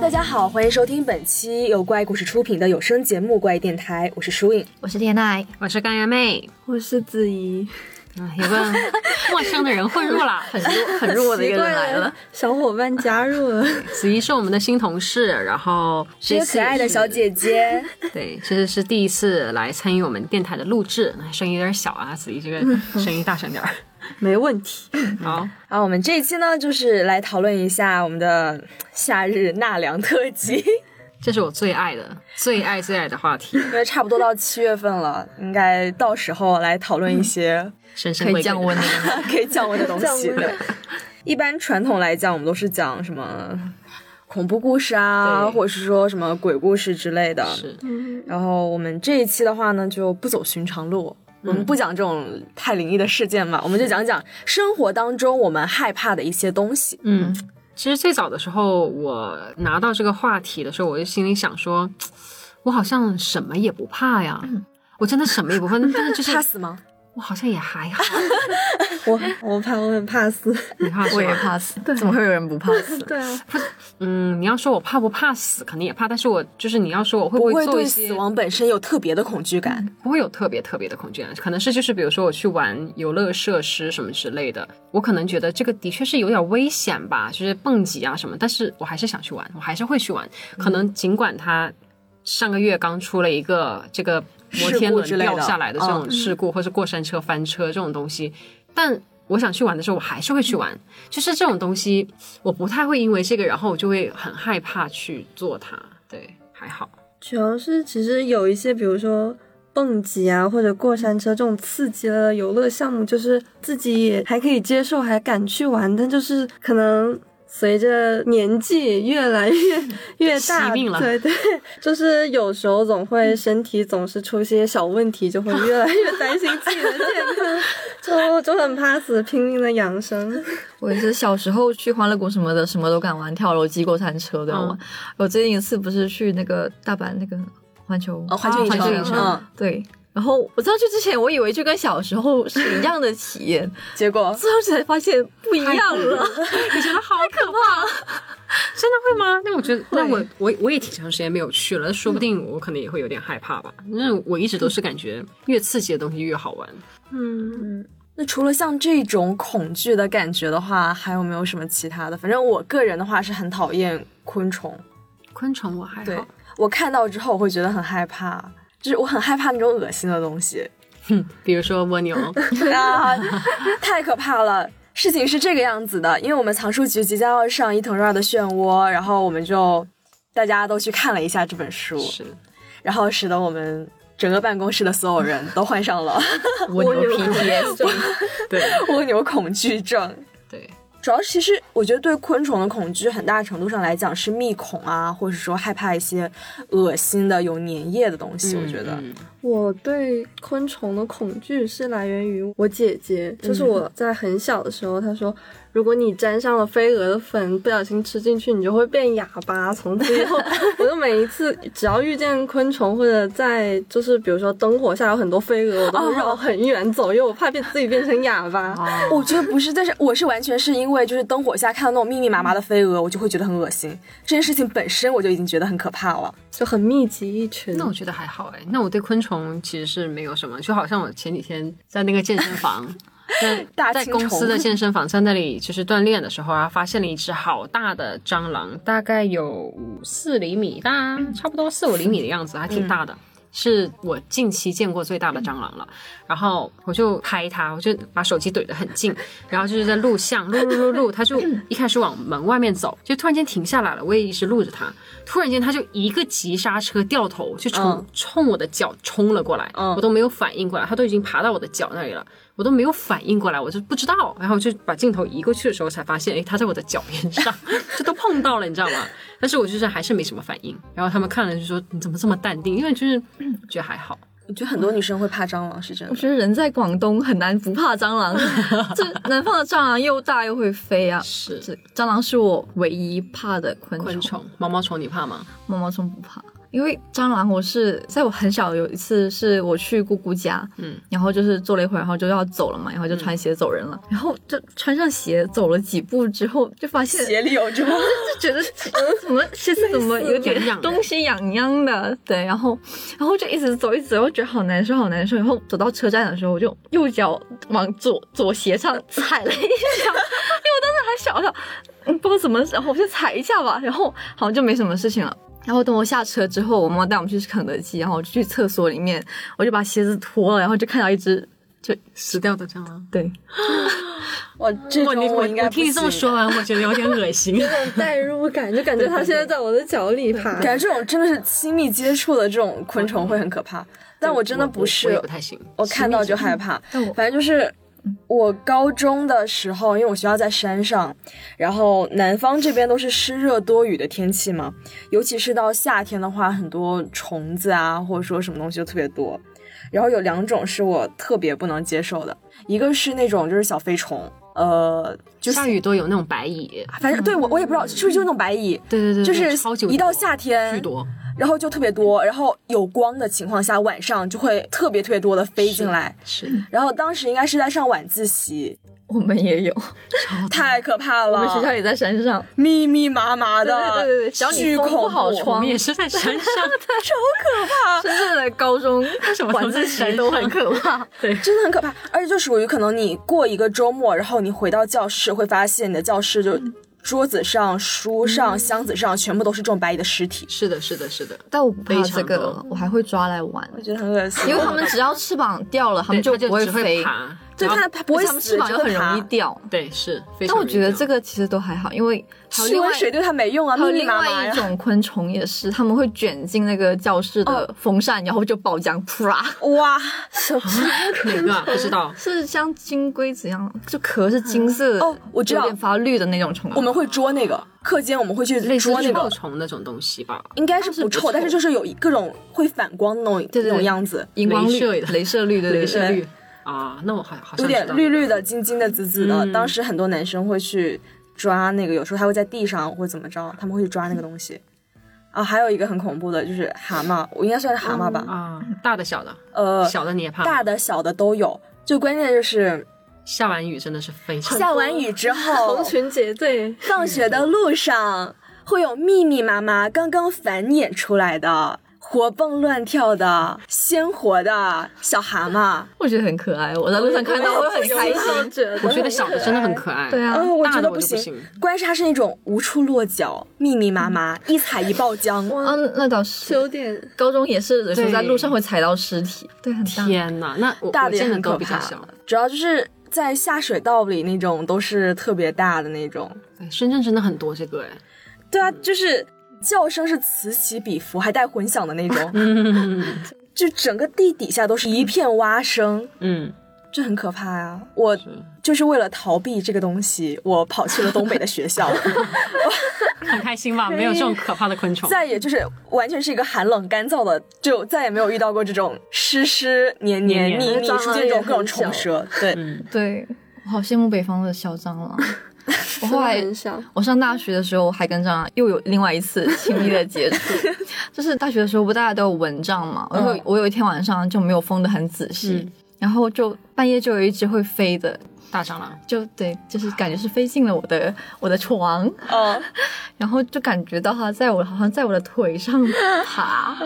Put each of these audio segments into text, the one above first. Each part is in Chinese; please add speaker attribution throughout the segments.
Speaker 1: 大家好，欢迎收听本期由怪故事出品的有声节目《怪异电台》，我是舒颖。
Speaker 2: 我是天籁，
Speaker 3: 我是甘源妹，
Speaker 4: 我是子怡，
Speaker 3: 啊，有个 陌生的人混入了。
Speaker 2: 很弱很弱的一个人来
Speaker 3: 呃
Speaker 2: 了，
Speaker 4: 小伙伴加入了，
Speaker 3: 子怡是我们的新同事，然后
Speaker 1: 是
Speaker 3: 是
Speaker 1: 一个可爱的小姐姐，
Speaker 3: 对，其实是第一次来参与我们电台的录制，那声音有点小啊，子怡这个声音大声点儿。
Speaker 4: 没问题。
Speaker 3: 好，
Speaker 1: 啊，我们这一期呢，就是来讨论一下我们的夏日纳凉特辑，
Speaker 3: 这是我最爱的、最爱、最爱的话题，
Speaker 1: 因为差不多到七月份了，应该到时候来讨论一些
Speaker 3: 神圣
Speaker 2: 可
Speaker 3: 贵
Speaker 2: 以
Speaker 3: 贵
Speaker 2: 降温的。
Speaker 1: 可以降温的东西。
Speaker 4: 降温
Speaker 1: 对，一般传统来讲，我们都是讲什么恐怖故事啊，
Speaker 3: 对
Speaker 1: 或者是说什么鬼故事之类的。
Speaker 3: 是，
Speaker 1: 然后我们这一期的话呢，就不走寻常路，我
Speaker 2: 嗯
Speaker 1: 们不讲这种太灵异的事件嘛，我们就讲讲生活当中我们害怕的一些东西。
Speaker 3: 嗯，其实最早的时候，我拿到这个话题的时候，我就心里想说，我好像什么也不怕呀，我真的什么也不怕，但是就是
Speaker 1: 嗯怕死吗？
Speaker 3: 我好像也 还好，
Speaker 4: 我我怕我很怕死，
Speaker 3: 你怕是
Speaker 2: 我也
Speaker 3: 吧？
Speaker 2: 怕死，怎么会有人不怕死？
Speaker 4: 对啊，
Speaker 3: 嗯，你要说我怕不怕死，肯定也怕，但是我就是你要说我会
Speaker 1: 不
Speaker 3: 会
Speaker 1: 会
Speaker 3: 做一
Speaker 1: 对
Speaker 3: 些
Speaker 1: 死亡本身有特别的恐惧感。
Speaker 3: 不会有特别特别的恐惧感，啊可能是就是比如说我去玩游乐设施什么之类的，我可能觉得这个的确是有点危险吧，就是蹦极啊什么，但是我还是想去玩，我还是会去玩。可能尽管它上个月刚出了一个这个摩天轮
Speaker 1: 事故之类的嗯
Speaker 3: 掉下来的这种事故，或是过山车翻车这种东西，但。我想去玩的时候，我还是会去玩。就是这种东西，我不太会因为这个，然后我就会很害怕去做它。对，还好。
Speaker 4: 主要是其实有一些，比如说蹦极啊，或者过山车这种刺激的游乐项目，就是自己也还可以接受，还敢去玩，但就是可能。随着年纪越来 越越大，
Speaker 3: 习病了
Speaker 4: 对 对，就是有时候总
Speaker 2: 嗯
Speaker 4: 会身体总是出一些小问题，就会越来越担心自己的健康，就 就很怕死，拼命的养生。
Speaker 2: 我也是小时候去欢乐谷什么的，什么都敢玩，跳楼机、过山车都要玩。我最近一次不是去那个大阪那个啊环球，
Speaker 1: 哦，环球影
Speaker 3: 环球影
Speaker 1: 城，
Speaker 3: 城
Speaker 1: 嗯，
Speaker 2: 对。然后我知道去之前，我以为就跟小时候是一样的体 验，
Speaker 1: 结果
Speaker 2: 最后才发现不一样了。
Speaker 3: 你觉得好可怕？真的会吗？那我觉得，那我我我也挺长时间没有去了，说不定我可能也会有点害怕吧。那我一直都是感觉越刺激的东西越好玩。
Speaker 4: 嗯，
Speaker 1: 那除了像这种恐惧的感觉的话，还有没有什么其他的？反正我个人的话是很讨厌昆虫，
Speaker 3: 昆虫我还
Speaker 1: 对
Speaker 3: 好，
Speaker 1: 我看到之后我会觉得很害怕，就是我很害怕那种恶心的东西。
Speaker 3: 比如说蜗 牛，
Speaker 1: 啊，太可怕了。事情是这个样子的，因为我们藏书局即将要上伊藤润二的《漩涡》，然后我们就大家都去看了一下这本书，
Speaker 3: 是
Speaker 1: 然后使得我们整个办公室的所有人都患上 了
Speaker 2: 蜗牛 PTSD，
Speaker 3: 对
Speaker 1: 蜗牛恐惧症。
Speaker 3: 对，
Speaker 1: 主要其实我觉得对昆虫的恐惧，很大程度上来讲是密恐啊，或者说害怕一些恶心的、有粘液的 东西。我觉得，
Speaker 3: 嗯
Speaker 4: 我对昆虫的恐惧是来源于我姐姐，
Speaker 3: 嗯
Speaker 4: 就是我在很小的时候，她说，如果你沾上了飞蛾的粉，不小心吃进去，你就会变哑巴。从 此以后，我就每一次只要遇见昆虫，或者在就是比如说灯火下有很多飞蛾，我都会
Speaker 3: 哦
Speaker 4: 绕很远走，因为我怕变自己变成哑巴。
Speaker 1: 我觉得不是，但是我是完全是因为就是灯火下看到那种密密麻麻的飞蛾，我就会觉得很恶心。这件事情本身我就已经觉得很可怕了。
Speaker 4: 就很密集一群。
Speaker 3: 那我觉得还好哎。那我对昆虫其实是没有什么，就好像我前几天在那个健身房。在
Speaker 1: 大
Speaker 3: 在
Speaker 1: 青虫
Speaker 3: 公司的健身房，在那里就是锻炼的时候啊，发现了一只好大的蟑螂，大概有五四厘米大，差不多四五厘米的样子，还
Speaker 1: 嗯
Speaker 3: 挺大的。是我近期见过最大的蟑螂了，然后我就拍它，我就把手机怼得很近，然后就是在录像，录录录录，它就一开始往门外面走，就突然间停下来了，我也一直录着它，突然间它就一个急刹车掉头，就冲、
Speaker 1: 嗯
Speaker 3: 冲我的脚冲了过来，
Speaker 1: 嗯
Speaker 3: 我都没有反应过来，它都已经爬到我的脚那里了，我都没有反应过来，我就不知道，然后就把镜头移过去的时候才发现，哎，它在我的脚边 上，这都碰到了，你知道吗？但是我就是还是没什么反应，然后他们看了就说嗯你怎么这么淡定？因为就是觉得还好，
Speaker 1: 我觉得很多女生会怕蟑螂，是真
Speaker 2: 我
Speaker 1: 的。
Speaker 2: 觉得人在广东很难不怕蟑 螂，这南方的蟑螂又大又会飞啊。
Speaker 3: 是
Speaker 2: 这蟑螂是我唯一怕的昆虫，
Speaker 3: 昆虫、毛毛虫你怕吗？
Speaker 2: 毛毛虫不怕。因为蟑螂，我是在我很小有一次是我去姑姑家，
Speaker 3: 嗯，
Speaker 2: 然后就是坐了一会儿，然后就要走了嘛，然后就穿鞋走人了，然后就穿上鞋走了几步之后，就发现
Speaker 1: 鞋里有这么
Speaker 2: 就觉得嗯怎么鞋子怎么有点
Speaker 3: 痒痒的
Speaker 2: 东西痒痒的，对，然后然后就一直走一直走，我觉得好难受好难受，然后走到车站的时候，我就右脚往左左鞋上踩了一下，因为 我当时还小小，嗯，不知道怎么，然后我就踩一下吧，然后好像就没什么事情了。然后等我下车之后，我妈妈带我们去吃肯德基，然后我就去厕所里面，我就把鞋子脱了，然后就看到一只，
Speaker 3: 死掉的蟑螂。
Speaker 2: 对，
Speaker 1: 我这
Speaker 3: 哇，你
Speaker 1: 种
Speaker 3: 我
Speaker 1: 我 应该
Speaker 3: 我听你
Speaker 1: 不
Speaker 3: 这么
Speaker 1: 行
Speaker 3: 说完，我觉得有点恶心。
Speaker 4: 这种代入感，就感觉它现在在我的脚里爬。
Speaker 1: 感觉这种真的是亲密接触的这种昆虫会很可怕， 但我真的不
Speaker 3: 我
Speaker 1: 是
Speaker 3: 也不，太行。
Speaker 1: 我看到就害
Speaker 3: 嗯
Speaker 1: 怕。
Speaker 2: 但我
Speaker 1: 反正就是我高中的时候，因为我学校在山上，然后南方这边都是湿热多雨的天气嘛，尤其是到夏天的话，很多虫子啊，或者说什么东西就特别多。然后有两种是我特别不能接受的，一个是那种就是小飞虫，呃，就是
Speaker 3: 下雨都有那种白蚁，
Speaker 1: 反正对我我也不知道，是不是就是那种白蚁，
Speaker 3: 对对对，
Speaker 1: 就
Speaker 3: 嗯对
Speaker 1: 是
Speaker 3: 超级
Speaker 1: 一到夏天
Speaker 3: 巨多，
Speaker 1: 然后就特别多，然后有光的情况下，晚上就会特别特别多的飞进来。
Speaker 3: 是
Speaker 1: 然后当时应该是在上晚自习，
Speaker 2: 我们也有，
Speaker 3: 超多。
Speaker 1: 太可怕
Speaker 2: 哦我
Speaker 1: 了，
Speaker 2: 们学校也在山上，
Speaker 1: 密密麻麻的，
Speaker 2: 对对对对只要你
Speaker 1: 巨
Speaker 2: 封
Speaker 1: 恐
Speaker 2: 不
Speaker 1: 怖，
Speaker 2: 好
Speaker 3: 我
Speaker 2: 窗
Speaker 3: 们也是在山 上，
Speaker 2: 深圳的高中
Speaker 3: 什么都
Speaker 2: 晚
Speaker 3: 在
Speaker 2: 自
Speaker 3: 山
Speaker 2: 习都很可怕。
Speaker 1: 真的很可怕。而且就属于可能你过一个周末，然后你回到教室，会发现你的教室就
Speaker 2: 嗯
Speaker 1: 桌子上、书上、箱子上全部都是这种白蚁的尸体，
Speaker 3: 是的，是的，是的，
Speaker 2: 但我不怕
Speaker 3: 非常
Speaker 2: 这个
Speaker 3: 多，
Speaker 2: 我还会抓来玩，
Speaker 1: 我觉得很恶心。
Speaker 2: 因为他们只要翅膀掉了，他
Speaker 3: 对
Speaker 2: 们
Speaker 3: 它
Speaker 2: 不
Speaker 3: 只
Speaker 2: 飞，
Speaker 3: 爬，
Speaker 1: 对
Speaker 3: 然后
Speaker 1: 它它不会
Speaker 2: 他们
Speaker 1: 死，
Speaker 2: 翅膀
Speaker 1: 就
Speaker 2: 又很容易掉。
Speaker 3: 对是非
Speaker 2: 但
Speaker 3: 常容
Speaker 2: 我
Speaker 3: 易掉。
Speaker 2: 觉得这个其实都还好，因为还有
Speaker 1: 室
Speaker 2: 另外
Speaker 1: 温水对它没用啊，
Speaker 2: 还有
Speaker 1: 密密
Speaker 2: 另
Speaker 1: 麻
Speaker 2: 外
Speaker 1: 麻
Speaker 2: 一
Speaker 1: 呀。
Speaker 2: 种昆虫也是，他们会卷进那个教室的风扇，然后就爆浆，噗啦，
Speaker 1: 哇，
Speaker 3: 哪个啊不知 道，
Speaker 2: 是像金龟子一样，就壳是金色的
Speaker 1: 哦我知道
Speaker 2: 有点发绿的那种虫啊。
Speaker 1: 我们会捉那个，课间我们会去
Speaker 3: 类似
Speaker 1: 捉那个
Speaker 3: 跳虫那种东西吧？
Speaker 1: 应该是不
Speaker 2: 是
Speaker 1: 臭，
Speaker 2: 不臭
Speaker 1: 但是就是有一各种会反光的那种
Speaker 2: 对对
Speaker 1: 那种
Speaker 2: 对
Speaker 1: 样子，
Speaker 2: 荧光绿、
Speaker 3: 镭射的
Speaker 2: 镭射绿的
Speaker 3: 镭射绿啊，那我好好像
Speaker 1: 有
Speaker 3: 知
Speaker 1: 点
Speaker 3: 道
Speaker 1: 绿绿的、金金的、紫紫的。
Speaker 3: 嗯
Speaker 1: 当时很多男生会去抓那个，有时候他会在地上或怎么着，他们会去抓那个东西。啊，还有一个很恐怖的就是蛤蟆，我应该算是蛤蟆吧？
Speaker 3: 啊，大的小的，
Speaker 1: 呃，
Speaker 3: 嗯小的你也怕吗？
Speaker 1: 大的小的都有。最关键就是
Speaker 3: 下完雨真的是非常
Speaker 1: 下完雨之后
Speaker 4: 成，群结队，
Speaker 1: 放学的路上会有密密麻麻刚刚繁衍出来的、活蹦乱跳的、鲜活的小蛤蟆。
Speaker 2: 我觉得很可爱。我在路上看到，我很开 心。
Speaker 4: 心，觉得
Speaker 3: 我觉得小的真的很可爱，
Speaker 2: 对啊
Speaker 1: 嗯，我
Speaker 3: 大
Speaker 1: 觉
Speaker 3: 的
Speaker 1: 得
Speaker 3: 我
Speaker 1: 不
Speaker 3: 就不
Speaker 1: 行
Speaker 3: 行，
Speaker 1: 关键是它是那种无处落脚、密密麻麻、一踩一爆浆。
Speaker 2: 啊，那倒
Speaker 4: 是
Speaker 2: 是。
Speaker 4: 有点
Speaker 2: 高中也是，有时候
Speaker 3: 对
Speaker 2: 在路上会踩到尸体，对，很大。
Speaker 3: 天哪，那我
Speaker 1: 大
Speaker 3: 我
Speaker 1: 的也
Speaker 3: 见的
Speaker 1: 很
Speaker 3: 都
Speaker 1: 可
Speaker 3: 比较
Speaker 1: 怕
Speaker 3: 小，，
Speaker 1: 主要就是在下水道里那种都是特别大的那种。
Speaker 3: 对，哎深圳真的很多这个哎，
Speaker 1: 对啊，就是叫声是此起彼伏，还带混响的那种，
Speaker 3: 嗯
Speaker 1: 就整个地底下都是一片蛙声，
Speaker 3: 嗯，
Speaker 1: 这很可怕啊！我
Speaker 3: 是
Speaker 1: 就是为了逃避这个东西，我跑去了东北的学 校，
Speaker 3: 很开心吧？没有这种可怕的 昆虫，
Speaker 1: 再也就是完全是一个寒冷干燥的，就再也没有遇到过这种湿湿黏黏
Speaker 3: 黏
Speaker 1: 腻
Speaker 3: 黏
Speaker 1: 腻
Speaker 4: 蟑螂
Speaker 1: 出现这种
Speaker 4: 也
Speaker 1: 各种
Speaker 4: 很
Speaker 1: 虫
Speaker 4: 小
Speaker 1: 蛇，对。
Speaker 3: 嗯，
Speaker 2: 对，我好羡慕北方的小蟑 螂。我
Speaker 4: 真
Speaker 2: 后
Speaker 4: 的
Speaker 2: 来
Speaker 4: 很小。
Speaker 2: 我上大学的时候还跟蟑螂又有另外一次亲密的接触， 就是大学的时候不大家都有蚊帐嘛，我有、
Speaker 1: 嗯
Speaker 2: 我有一天晚上就没有封的很仔细，
Speaker 3: 嗯
Speaker 2: 然后就半夜就有一只会飞的，
Speaker 3: 大蟑螂，
Speaker 2: 就对，就是感觉是飞进了我的我的床，
Speaker 1: 哦，
Speaker 2: 然后就感觉到它在我好像在我的腿上 爬，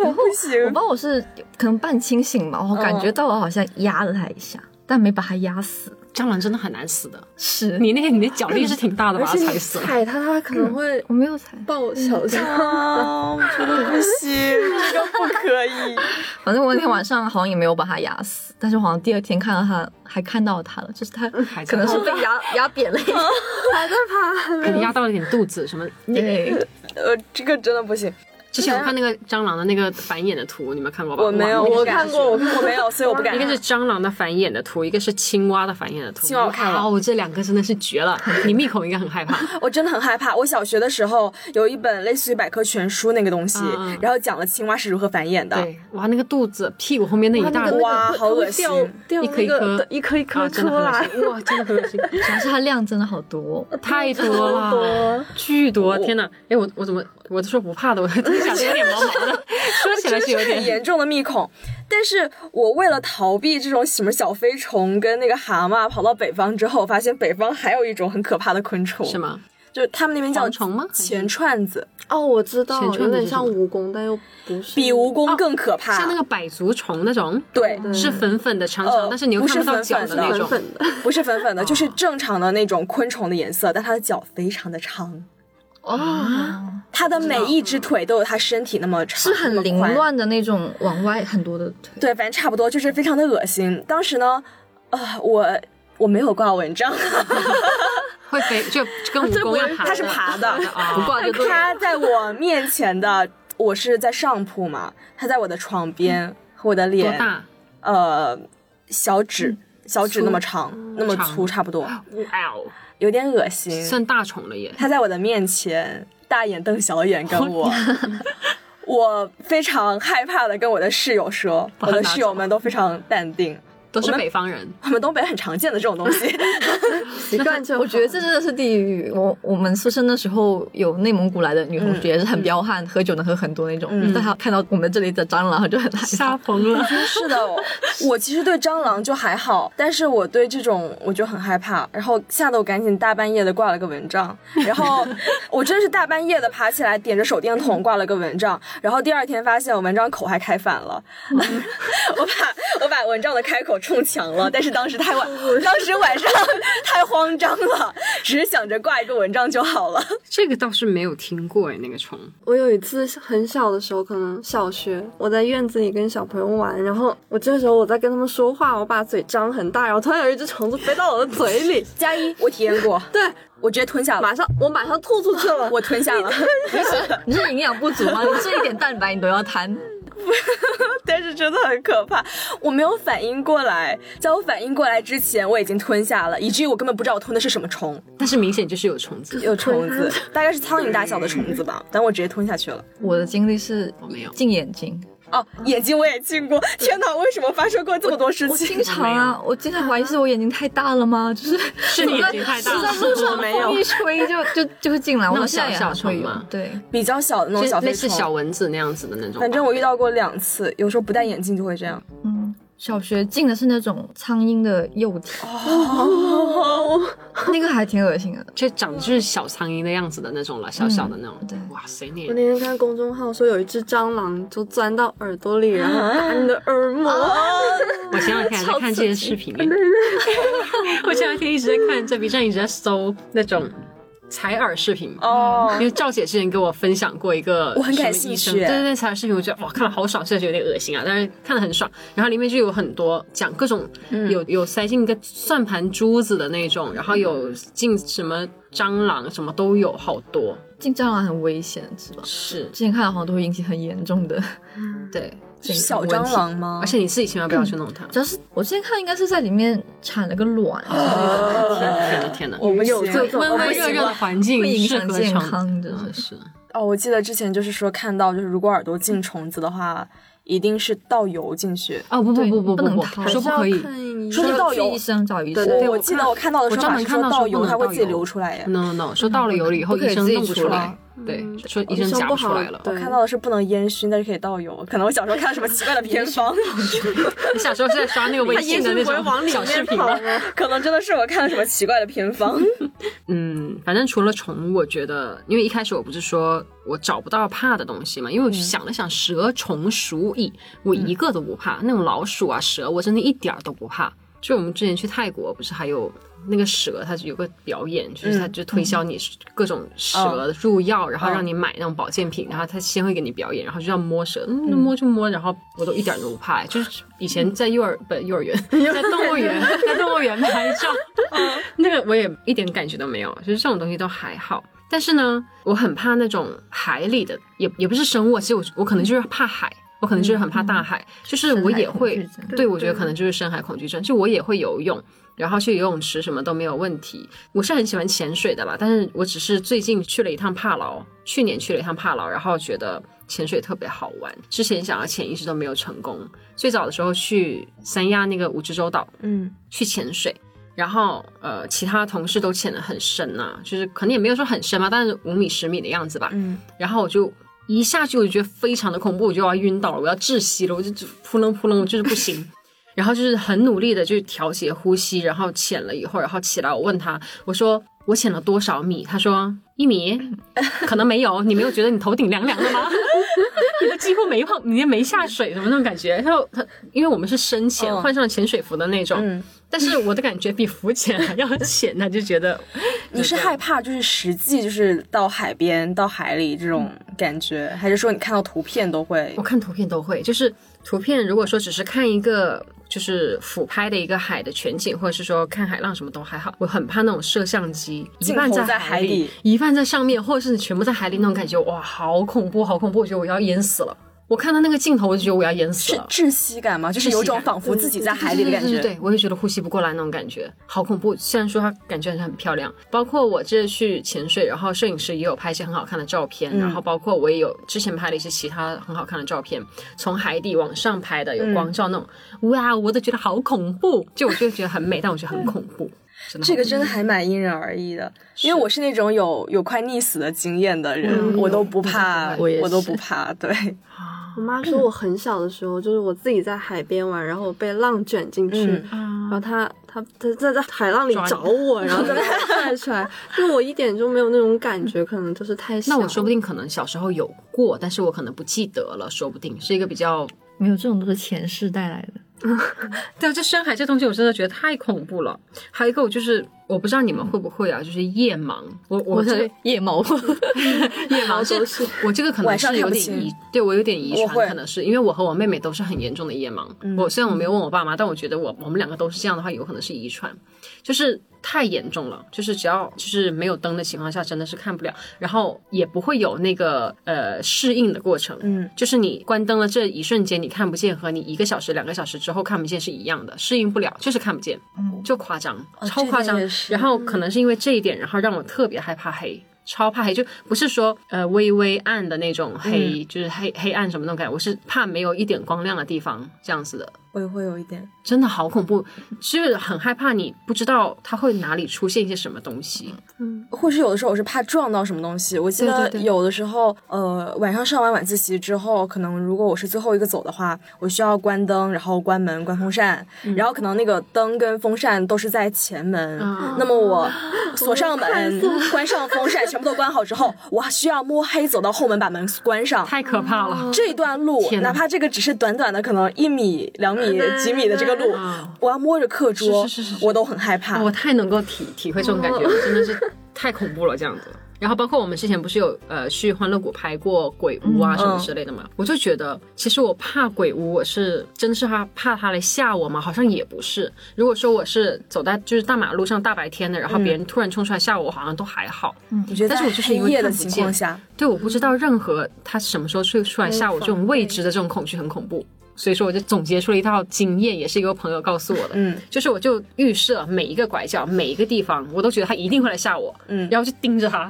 Speaker 1: 我不行
Speaker 2: 我不知道我是可能半清醒吧，我感觉到我好像压了它一下，但没把它压死，
Speaker 3: 蟑螂真的很难死的，
Speaker 2: 是
Speaker 3: 你那个你的脚力是挺大的，把它踩死了。
Speaker 4: 踩它，它可能会
Speaker 2: 我没有踩。
Speaker 4: 爆小 蟑螂。
Speaker 1: 啊！我觉得不行， 这个不可以。
Speaker 2: 反正我那天晚上好像也没有把它压死，但是我好像第二天看到它，还看到它了，就是它
Speaker 3: 还在
Speaker 2: 可能是被压 压扁了一下。
Speaker 3: 可能压到了点肚子什么。
Speaker 2: 对，
Speaker 1: 呃，这个真的不行，
Speaker 3: 之前我看那个蟑螂的那个繁衍的图，你们看过吧？
Speaker 1: 我没有，
Speaker 3: 哇
Speaker 1: 我
Speaker 4: 敢
Speaker 1: 看过，我我没有，所以我不敢
Speaker 3: 一。个是蟑螂的繁衍的图，一个是青蛙的繁衍的图。
Speaker 1: 青蛙我看了
Speaker 3: 哇哦，这两个真的是绝了！你密孔应该很害怕。
Speaker 1: 我真的很害怕。我小学的时候有一本类似于百科全书那个东西
Speaker 3: 嗯嗯，
Speaker 1: 然后讲了青蛙是如何繁衍的。
Speaker 3: 对，哇，那个肚子、屁股后面那一大
Speaker 1: 那个
Speaker 3: 坨，
Speaker 1: 哇好恶心
Speaker 4: 掉
Speaker 3: 一颗一颗，
Speaker 4: 一颗一颗
Speaker 3: 啊
Speaker 4: 出
Speaker 3: 真的很恶
Speaker 4: 来，
Speaker 3: 心，哇，真的很恶心，
Speaker 2: 主要是它量真的好多，
Speaker 3: 太多
Speaker 4: 超
Speaker 3: 了，
Speaker 4: 多。
Speaker 3: 巨多！天哪，哎，我我怎么我都说不怕的，我突然想起有点毛毛的。看来是有
Speaker 1: 很
Speaker 3: 点
Speaker 1: 严重的密孔。但是我为了逃避这种什么小飞虫跟那个蛤蟆，跑到北方之后，发现北方还有一种很可怕的昆虫，
Speaker 3: 是？吗？
Speaker 1: 就是他们那边叫
Speaker 3: 蝗虫吗
Speaker 1: 钱串子，
Speaker 4: 哦，我知道，
Speaker 3: 浅
Speaker 4: 有
Speaker 3: 川的
Speaker 4: 点
Speaker 3: 是
Speaker 4: 像
Speaker 3: 什
Speaker 4: 蜈蚣，但又不是。
Speaker 1: 比蜈蚣更可怕。
Speaker 3: 哦像那个百足虫那种，
Speaker 1: 对，
Speaker 4: 对
Speaker 3: 是粉粉的长
Speaker 1: 呃
Speaker 3: 长，但是你又看到脚
Speaker 1: 不是
Speaker 3: 的那
Speaker 4: 粉
Speaker 3: 种。
Speaker 4: 粉的，
Speaker 1: 不是粉粉的，就是正常的那种昆虫的颜色，但它的脚非常的长。啊
Speaker 2: 哦，
Speaker 1: 它的每一只腿都有它身体那么长，
Speaker 2: 是
Speaker 1: 那么
Speaker 2: 很凌
Speaker 1: 宽
Speaker 2: 乱的那种，往外很多的腿。
Speaker 1: 对，反正差不多，就是非常的恶心。当时呢，啊，我我没有挂文 章，
Speaker 3: 会飞， 就就跟蜈
Speaker 4: 这不
Speaker 3: 蚣
Speaker 4: 会
Speaker 3: 要爬的，
Speaker 1: 它是爬 的，
Speaker 3: 啊
Speaker 2: 不挂就对了。
Speaker 1: 它在我面前的，我是在上铺嘛，它在我的床边和我的
Speaker 3: 嗯多
Speaker 1: 脸，
Speaker 3: 大？
Speaker 1: 呃，小指。小指那么长，那么
Speaker 3: 嗯长
Speaker 1: 粗，差不多，
Speaker 3: 哇哦，
Speaker 1: 有点恶心。
Speaker 3: 算大虫了耶！
Speaker 1: 他在我的面前大眼瞪小眼跟我， 我非常害怕的跟我的室友说，
Speaker 3: 把
Speaker 1: 我
Speaker 3: 它
Speaker 1: 的
Speaker 3: 拿
Speaker 1: 室友
Speaker 3: 走
Speaker 1: 们都非常淡定。
Speaker 3: 都是
Speaker 1: 我们
Speaker 3: 北 方人，
Speaker 1: 我们东北很常见的这种东 西，
Speaker 4: 习惯就
Speaker 2: 我觉得
Speaker 4: 好
Speaker 2: 这真的是地狱。我我们宿舍那时候有内蒙古来的女同学，也是很彪悍，喝酒能喝很多那种。
Speaker 1: 嗯
Speaker 2: 但她看到我们这里的蟑螂，她就很害怕。
Speaker 3: 疯了。
Speaker 1: 是的， 我我其实对蟑螂就还好，但是我对这种我就很害怕，然后吓得我赶紧大半夜的挂了个蚊帐，然 后我真是大半夜的爬起来，点着手电筒挂了个蚊帐，然后第二天发现我蚊帐口还开反了，嗯 我把我把蚊帐的开口冲墙了，但是当时太 晚，当时晚 上太慌张了，只是想着挂一个蚊帐就好了。
Speaker 3: 这个倒是没有听过哎，那个虫
Speaker 4: 我有一次很小的时候，可能小学，我在院子里跟小朋友玩，然后我这时候我在跟他们说话，我把嘴张很大，然后突然有一只虫子飞到我的嘴里，
Speaker 1: 加一，我体验过，
Speaker 4: 对，
Speaker 1: 我直接吞下了
Speaker 4: 马，上我马上吐出去了。
Speaker 1: 我吞下了。
Speaker 2: 你是营养不足吗？你这一点蛋白你都要贪？
Speaker 1: 但是真的很可怕，我没有反应过来，在我反应过来之前，我已经吞下了，以至于我根本不知道我吞的是什么虫，
Speaker 3: 但是明显就是有虫子。
Speaker 1: 有虫子，大概是苍蝇大小的虫子吧，但我直接吞下去了。
Speaker 2: 我的经历是
Speaker 3: 我没有
Speaker 2: 进眼睛，
Speaker 1: 哦，眼睛我也进过，天哪，为什么发生过这么多事
Speaker 2: 我
Speaker 1: 情
Speaker 2: 经？常啊，我经常怀疑是我眼睛太大了吗？就是是
Speaker 3: 你眼睛太大了
Speaker 2: 在路上
Speaker 1: 没有
Speaker 2: 风一吹就就就会进来，
Speaker 3: 种
Speaker 2: 我现在也
Speaker 3: 小小
Speaker 2: 还会
Speaker 3: 虫
Speaker 2: 有
Speaker 3: 吗
Speaker 2: 对，
Speaker 1: 比较小的那种
Speaker 3: 就
Speaker 1: 小
Speaker 3: 类
Speaker 1: 飞
Speaker 3: 似
Speaker 1: 虫，
Speaker 3: 小蚊子那样子的那种，
Speaker 1: 反正我遇到过两次，有时候不戴眼镜就会这样。
Speaker 2: 嗯，小学进的是那种苍蝇的幼体，
Speaker 1: 哦，
Speaker 2: 那个还挺恶心的。
Speaker 3: 就长得就是小苍蝇的样子的那种了，小小的那
Speaker 1: 嗯
Speaker 3: 种。
Speaker 2: 对
Speaker 3: 哇塞，
Speaker 4: 我
Speaker 3: 你
Speaker 4: 那天看公众号说有一只蟑螂就钻到耳朵里，然后打你的耳膜，
Speaker 1: 啊哦
Speaker 3: 我前两天还在看这些视频， 我前两天一直在看，在 B 站一直在搜那种采耳视频。因
Speaker 1: 哦，
Speaker 3: 为赵姐之前给我分享过一个，
Speaker 1: 我很感兴趣
Speaker 3: 对对对，采耳视频，我觉得哇，看了好爽，虽然觉得有点恶心啊，但是看了很爽。然后里面就有很多讲各种，有有塞进一个算盘珠子的那种，然后有进什么蟑螂什么都有，好多
Speaker 2: 进蟑螂很危险，是吧？
Speaker 3: 是。
Speaker 2: 之前看了好像都会引起很严重的，对，
Speaker 1: 是小蟑，螂吗
Speaker 3: 而？且你自己千万不要去弄它。
Speaker 2: 主要是我之前看应该是在里面产了个卵，
Speaker 3: 天哪天哪！
Speaker 1: 呃我们有
Speaker 4: 这种
Speaker 3: 温温热热的环境
Speaker 2: 会影
Speaker 3: 适
Speaker 2: 响
Speaker 3: 合
Speaker 2: 健
Speaker 3: 虫
Speaker 2: 康的
Speaker 3: 嗯是
Speaker 1: 哦，我记得之前就是说看到，就是如果耳朵进虫子的话，一定是倒油进去。
Speaker 3: 哦不不
Speaker 2: 对
Speaker 3: 不不
Speaker 2: 不能
Speaker 3: 不
Speaker 4: 嗯
Speaker 2: 掏
Speaker 3: 说不可以
Speaker 4: 还是要看医
Speaker 1: 说
Speaker 4: 生
Speaker 1: 不到
Speaker 2: 去
Speaker 1: 有
Speaker 2: 医生找医
Speaker 4: 对
Speaker 2: 生，
Speaker 4: 对
Speaker 1: 我
Speaker 3: 我
Speaker 1: 记得
Speaker 3: 看
Speaker 1: 我看到的
Speaker 3: 我
Speaker 1: 说
Speaker 3: 专
Speaker 1: 法
Speaker 3: 门
Speaker 1: 是
Speaker 3: 看
Speaker 1: 说
Speaker 3: 到说
Speaker 1: 倒
Speaker 3: 不
Speaker 1: 油
Speaker 3: 能嗯
Speaker 1: 它会
Speaker 3: 倒
Speaker 1: 自己
Speaker 3: 油
Speaker 1: 流出来耶。
Speaker 3: ，no no，说到了油了以后，
Speaker 2: 不可以
Speaker 3: 医生
Speaker 2: 自己
Speaker 3: 弄不
Speaker 2: 出
Speaker 3: 出
Speaker 2: 来
Speaker 3: 来，对，说医生
Speaker 4: 医生
Speaker 3: 夹
Speaker 4: 不
Speaker 3: 出
Speaker 4: 好
Speaker 3: 来了。
Speaker 4: 对
Speaker 1: 看到的是不能烟熏，但是可以倒油。可能我小时候看了什么奇怪的 偏方，
Speaker 3: 你小时候是在刷那 个微信的那种小视频吗？
Speaker 1: 可能真的是我看了什么奇怪的偏 方。
Speaker 3: 嗯，反正除了虫，我觉得，因为一开始我不是说我找不到怕的东西嘛，因为我想了想，蛇、虫、鼠、蚁，我一个都不怕。那种老鼠啊、蛇，我真的一点儿都不怕。就我们之前去泰国，不是还有那个蛇，它就有个表演，就是它就推销你各种蛇嗯入药，然后让你买那种保健品，然后它先会给你表演，然后就要摸蛇，嗯，摸就摸，然后我都一点儿都不怕。就是以前在幼儿不幼 儿园，在动物园， 在动物园拍照， 那个我也一点感觉都没有，就是这种东西都还好。但是呢，我很怕那种海里的，也也不是生物，其实我我可能就是怕海，我可能就是很怕大海，就是我也
Speaker 2: 嗯深海
Speaker 3: 会
Speaker 2: 恐惧，症
Speaker 3: 对我觉得可能就是深海恐惧症，就我也会游泳，然后去游泳池什么都没有问题。我是很喜欢潜水的吧，但是我只是最近去了一趟帕劳，去年去了一趟帕劳，然后觉得潜水特别好玩，之前想要潜一直都没有成功。最早的时候去三亚那个蜈支洲岛，
Speaker 1: 嗯，
Speaker 3: 去潜水，然后呃，其他同事啊都潜得很深呐、就是可能也没有说很深嘛，但是五米、十米的样子吧。
Speaker 1: 嗯，
Speaker 3: 然后我就一下去我就觉得非常的恐怖，我就要晕倒了，我要窒息了，我就扑棱扑棱，我就是不行。 然后就是很努力的去调节呼吸，然后潜了以后，然后起来，我问他，我说我潜了多少米？他说一米，可能没有，你没有觉得你头顶凉凉的吗？ 你都几乎没碰，你也没下水，什么那种感觉？他说他，因为我们是深潜，
Speaker 1: 嗯
Speaker 3: 换上了潜水服的那种，
Speaker 1: 嗯
Speaker 3: 但是我的感觉比浮潜还要浅，他就觉得
Speaker 1: 你是
Speaker 3: 对对
Speaker 1: 害怕就是实际就是到海边到海里这种感觉，还是说你看到图片都会
Speaker 3: 嗯我？看图片都会，就是图片如果说只是看一个就是俯拍的一个海的全景，或者是说看海浪什么都还好，我很怕那种摄像机一
Speaker 1: 镜
Speaker 3: 半
Speaker 1: 头
Speaker 3: 在
Speaker 1: 在海
Speaker 3: 里
Speaker 1: 底，
Speaker 3: 一半在上面，或者是你全部在海里那种感觉，哇，好恐怖，好恐怖，我觉得我要淹死了。我看到那个镜头，我就觉得我要淹死
Speaker 1: 是
Speaker 3: 了。
Speaker 1: 窒息感吗？就是有
Speaker 3: 窒息
Speaker 1: 种
Speaker 3: 感嗯
Speaker 1: 仿佛自己在海里的感
Speaker 3: 对
Speaker 1: 觉。
Speaker 3: 对对对对我也觉得呼吸不过来那种感觉，好恐怖。虽然说它感觉很漂亮，包括我这次去潜水，然后摄影师也有拍一些很好看的照片，
Speaker 1: 嗯
Speaker 3: 然后包括我也有之前拍了一些其他很好看的照片，从海底往上拍的有光照那种，哇，我都觉得好恐怖。就我就觉得很美，但我觉得很恐怖，嗯真的好
Speaker 1: 这个真的还蛮因人而异的，因为我是那种有有快溺死的经验的人，
Speaker 3: 嗯
Speaker 1: 我都不怕，
Speaker 2: 我也是
Speaker 1: 都不怕。对，
Speaker 4: 我妈说我很小的时候，就是我自己在海边玩，然后我被浪卷进去，
Speaker 1: 嗯
Speaker 4: 然后她她她在在海浪里
Speaker 3: 抓你
Speaker 4: 找我，然后再把我拽出来，就我一点就没有那种感觉，可能就是太小
Speaker 3: 那
Speaker 4: 了。
Speaker 3: 我说不定可能小时候有过，但是我可能不记得了，说不定是一个比较
Speaker 2: 没有这种都是前世带来的。
Speaker 3: 对啊，这深海这东西我真的觉得太恐怖了。还有一个我就是我不知道你们会不会啊，就是夜盲。我我这
Speaker 2: 是夜猫，
Speaker 3: 夜盲
Speaker 4: 都
Speaker 3: 是，我啊这个可能
Speaker 1: 晚上看
Speaker 3: 是有
Speaker 1: 不
Speaker 3: 点
Speaker 1: 清
Speaker 3: 遗，对我有点遗
Speaker 1: 我会
Speaker 3: 传，可能是因为我和我妹妹都是很严重的夜盲。我虽然我没有问我爸妈，但我觉得我我们两个都是这样的话，有可能是遗传，就是太严重了，就是只要就是没有灯的情况下，真的是看不了，然后也不会有那个呃适应的过程。
Speaker 1: 嗯，
Speaker 3: 就是你关灯了这一瞬间你看不见，和你一个小时、两个小时之后看不见是一样的，适应不了，就是看不见，就夸张，超
Speaker 1: 嗯哦
Speaker 3: 夸
Speaker 1: 这
Speaker 3: 张
Speaker 1: 个也。是
Speaker 3: 然后可能是因为这一点，然后让我特别害怕黑。超怕黑，就不是说呃微微暗的那种黑，
Speaker 1: 嗯
Speaker 3: 就是黑黑暗什么那种感觉，我是怕没有一点光亮的地方这样子的，
Speaker 1: 我也会有一点。
Speaker 3: 真的好恐怖，就是很害怕你不知道它会哪里出现一些什么东西。
Speaker 1: 或是有的时候我是怕撞到什么东西。我记
Speaker 3: 对
Speaker 1: 得
Speaker 3: 对对
Speaker 1: 有的时候，呃，晚上上完晚自习之后，可能如果我是最后一个走的话，我需要关灯，然后关门、关风扇，然后可能那个灯跟风扇都是在前门。
Speaker 3: 嗯
Speaker 1: 那么我锁上门，关上风扇，全部都关好之后，我需要摸黑走到后门把门关 上。
Speaker 3: 太可怕了，
Speaker 1: 这一段路，
Speaker 3: 哦天哪
Speaker 1: 哪怕这个只是短短的可能一米、两米、几米的这个路
Speaker 3: 嗯，
Speaker 1: 我要摸着课桌，
Speaker 3: 是是是是
Speaker 1: 我都很害怕。
Speaker 3: 哦我太能够体体会这种感觉，了，真的是太恐怖了这样子。然后包括我们之前不是有呃去欢乐谷拍过鬼屋啊什么之类的嘛，我就觉得其实我怕鬼屋，我是真是怕怕它来吓我吗？好像也不是。如果说我是走在就是大马路上大白天的，然后别人突然冲出来吓我，我好像都还好。
Speaker 1: 我觉得
Speaker 3: 但
Speaker 1: 在
Speaker 3: 是我就是因为
Speaker 1: 黑夜的
Speaker 3: 看不
Speaker 1: 情
Speaker 3: 见
Speaker 1: 况下，
Speaker 3: 对，我不知道任何他什么时候出出来吓我，这种未知的这种恐惧很恐怖。所以说，我就总结出了一套经验，也是一个朋友告诉我的。
Speaker 1: 嗯，
Speaker 3: 就是我就预设每一个拐角、每一个地方，我都觉得他一定会来吓我，
Speaker 1: 嗯
Speaker 3: 然后就盯着他，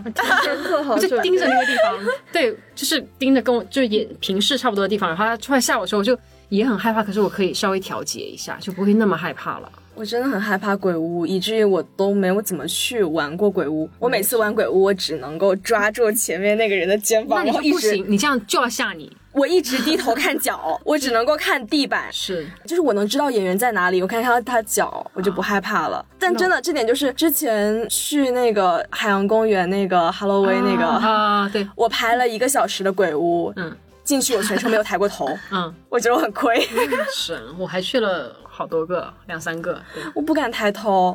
Speaker 4: 做好
Speaker 3: 我 就
Speaker 4: 准
Speaker 3: 盯着啊那个地方，对，就是盯着跟我就也平视差不多的地方，然后他出来吓我的时候，我就也很害怕，可是我可以稍微调节一下，就不会那么害怕了。
Speaker 1: 我真的很害怕鬼屋，以至于我都没有怎么去玩过鬼屋。我每次玩鬼屋，我只能够抓住前面那个人的肩
Speaker 3: 那
Speaker 1: 膀，
Speaker 3: 你
Speaker 1: 然后
Speaker 3: 就
Speaker 1: 一
Speaker 3: 不
Speaker 1: 直
Speaker 3: 行，你这样就要吓你，
Speaker 1: 我一直低头看脚，我只能够看地板。
Speaker 3: 是
Speaker 1: 就是我能知道演员在哪里，我看看他脚，我就
Speaker 3: 啊
Speaker 1: 不害怕了。但真的，这点就是之前去那个海洋公园那个 Halloween 那个，
Speaker 3: 啊，对，
Speaker 1: 我排了一个小时的鬼屋，
Speaker 3: 嗯
Speaker 1: 进去我全程没有抬过 头，
Speaker 3: 嗯，
Speaker 1: 我觉得我很 亏，
Speaker 3: 是，我还去了好多个，两三个，对。
Speaker 1: 我不敢抬头。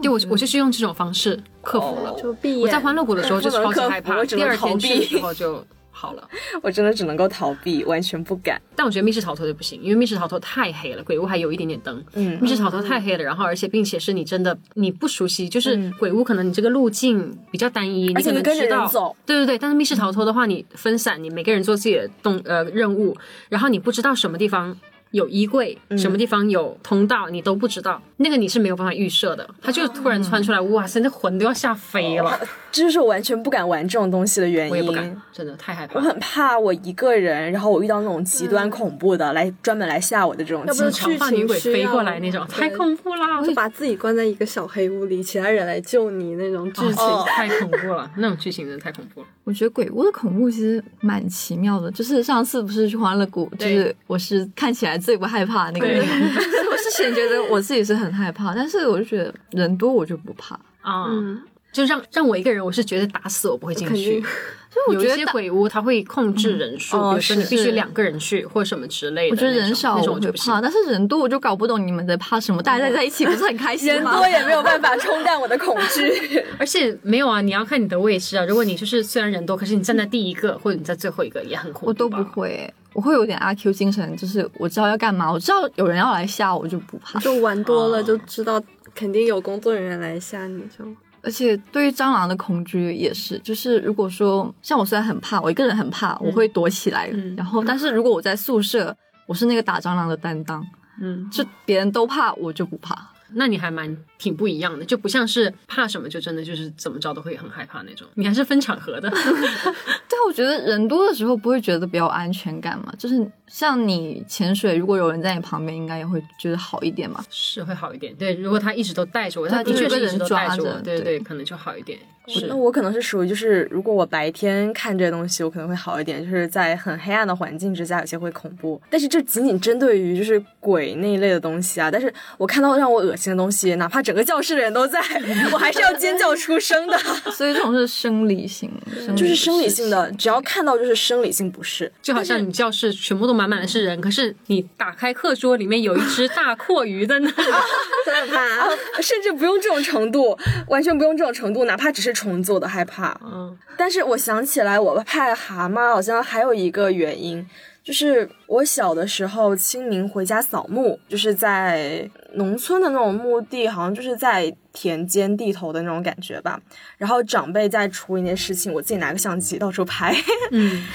Speaker 3: 对，我我就是用这种方式克服了。
Speaker 4: 就闭眼。
Speaker 3: 我在欢乐谷的时候就超级
Speaker 1: 哦
Speaker 3: 害
Speaker 1: 我不能克服
Speaker 3: 怕，
Speaker 1: 我只
Speaker 3: 第
Speaker 1: 能
Speaker 3: 二
Speaker 1: 逃
Speaker 3: 天
Speaker 1: 避
Speaker 3: 去的时候就好了。
Speaker 1: 我真的只能够逃避，完全不敢。
Speaker 3: 但我觉得密室逃脱就不行，因为密室逃脱太黑了，鬼屋还有一点点灯。
Speaker 1: 嗯嗯
Speaker 3: 密室逃脱太黑了，然后而且并且是你真的你不熟悉，就是鬼屋可能你这个路径比较单一，
Speaker 1: 而且
Speaker 3: 可能
Speaker 1: 你跟着
Speaker 3: 知道
Speaker 1: 人走。
Speaker 3: 对对对，但是密室逃脱的话，你分散，你每个人做自己的动呃任务，然后你不知道什么地方。有衣柜，
Speaker 1: 嗯
Speaker 3: 什么地方有通道，你都不知道，那个你是没有办法预设的。它
Speaker 1: 啊
Speaker 3: 就突然窜出来，哇塞，那魂都要吓飞了，
Speaker 1: 这就是我完全不敢玩这种东西的原因。
Speaker 3: 我也不敢，真的太害怕
Speaker 1: 我
Speaker 3: 了。
Speaker 1: 很怕我一个人，然后我遇到那种极
Speaker 3: 嗯
Speaker 1: 端恐怖的，来专门来吓我的这种
Speaker 4: 要不
Speaker 1: 情
Speaker 4: 就
Speaker 1: 况。
Speaker 4: 去
Speaker 3: 长发女鬼飞过来那种，
Speaker 4: 剧情需要
Speaker 3: 太恐怖了，
Speaker 4: 就把自己关在一个小黑屋里，其他人来救你那种剧
Speaker 3: 剧
Speaker 4: 情。
Speaker 2: 哦
Speaker 3: 情 太恐怖了，那种剧情真的太恐怖了。
Speaker 2: 我觉得鬼屋的恐怖其实蛮奇妙的，就是上次不是去欢乐谷，就
Speaker 3: 对
Speaker 2: 是我是看起来最不害怕的那个人，
Speaker 3: 对
Speaker 2: 就是我之前觉得我自己是很害怕，但是我就觉得人多我就不怕，
Speaker 3: 啊、
Speaker 4: 嗯，
Speaker 3: 就让让我一个人，我是绝对打死我不会进
Speaker 4: 肯
Speaker 3: 去
Speaker 4: 定。
Speaker 2: 所以我
Speaker 3: 有一
Speaker 2: 觉
Speaker 3: 些
Speaker 2: 得大。
Speaker 3: 鬼屋它会控制人数，
Speaker 1: 嗯哦
Speaker 3: 比如说你
Speaker 1: 是
Speaker 3: 必须
Speaker 1: 是
Speaker 3: 两个人去或什么之类
Speaker 2: 我
Speaker 3: 的那
Speaker 2: 觉
Speaker 3: 种。
Speaker 2: 得人少
Speaker 3: 那
Speaker 2: 我
Speaker 3: 种我
Speaker 2: 会
Speaker 3: 就不行
Speaker 2: 怕，但是人多我就搞不懂你们在怕什么，大家在一起不是很开心
Speaker 1: 人
Speaker 2: 吗
Speaker 1: 多？也没有办法冲淡我的恐惧。
Speaker 3: 而且没有啊，你要看你的位置啊。如果你就是虽然人多，可是你站在第一个或者你在最后一个，也很恐怖吧。
Speaker 2: 我都不会，我会有点阿 Q 精神，就是我知道要干嘛，我知道有人要来吓我就不怕。
Speaker 4: 就玩多
Speaker 3: 哦
Speaker 4: 了就知道，肯定有工作人员来吓你就。
Speaker 2: 而且对于蟑螂的恐惧也是，就是如果说像我虽然很怕，我一个人很怕，我会躲起来，
Speaker 3: 嗯
Speaker 2: 然后但是如果我在宿舍，我是那个打蟑螂的担当，
Speaker 3: 嗯，
Speaker 2: 就别人都怕，我就不怕。
Speaker 3: 那你还蛮挺不一样的，就不像是怕什么就真的就是怎么着都会很害怕那种。你还是分场合的，
Speaker 2: 对，我觉得人多的时候不会觉得比较有安全感嘛，就是像你潜水，如果有人在你旁边，应该也会觉得好一点嘛。
Speaker 3: 是会好一点。对，如果他一直都带着我，
Speaker 2: 对
Speaker 3: 他的确
Speaker 2: 就是是
Speaker 3: 一直都
Speaker 2: 被人
Speaker 3: 带
Speaker 2: 抓
Speaker 3: 着我，
Speaker 2: 着
Speaker 3: 对
Speaker 2: 对
Speaker 3: 可能就好一点。是
Speaker 1: 那，我可能是属于就是，如果我白天看这些东西，我可能会好一点，就是在很黑暗的环境之下，有些会恐怖。但是这仅仅针对于就是鬼那一类的东西啊。但是我看到让我恶心的东西，哪怕整个教室的人都在， 我还是要尖叫出声 的，
Speaker 2: 所以这种是生理性，生
Speaker 1: 嗯就是
Speaker 2: 不
Speaker 1: 生理
Speaker 2: 适
Speaker 1: 性的，只要看到就是生理性不适。
Speaker 3: 就好像你教室全部都满满的是人，可是你打开课桌里面有一只大阔鱼在 那里，
Speaker 1: 真的怕，啊 甚至不用这种程度，完全不用这种程度，哪怕只是虫子我都害怕。
Speaker 3: 嗯，
Speaker 1: 但是我想起来，我怕蛤蟆好像还有一个原因，就是我小的时候清明回家扫墓，就是在农村的那种墓地，好像就是在田间地头的那种感觉吧。然后长辈在处理那些事情，我自己拿个相机到处拍。
Speaker 3: 嗯，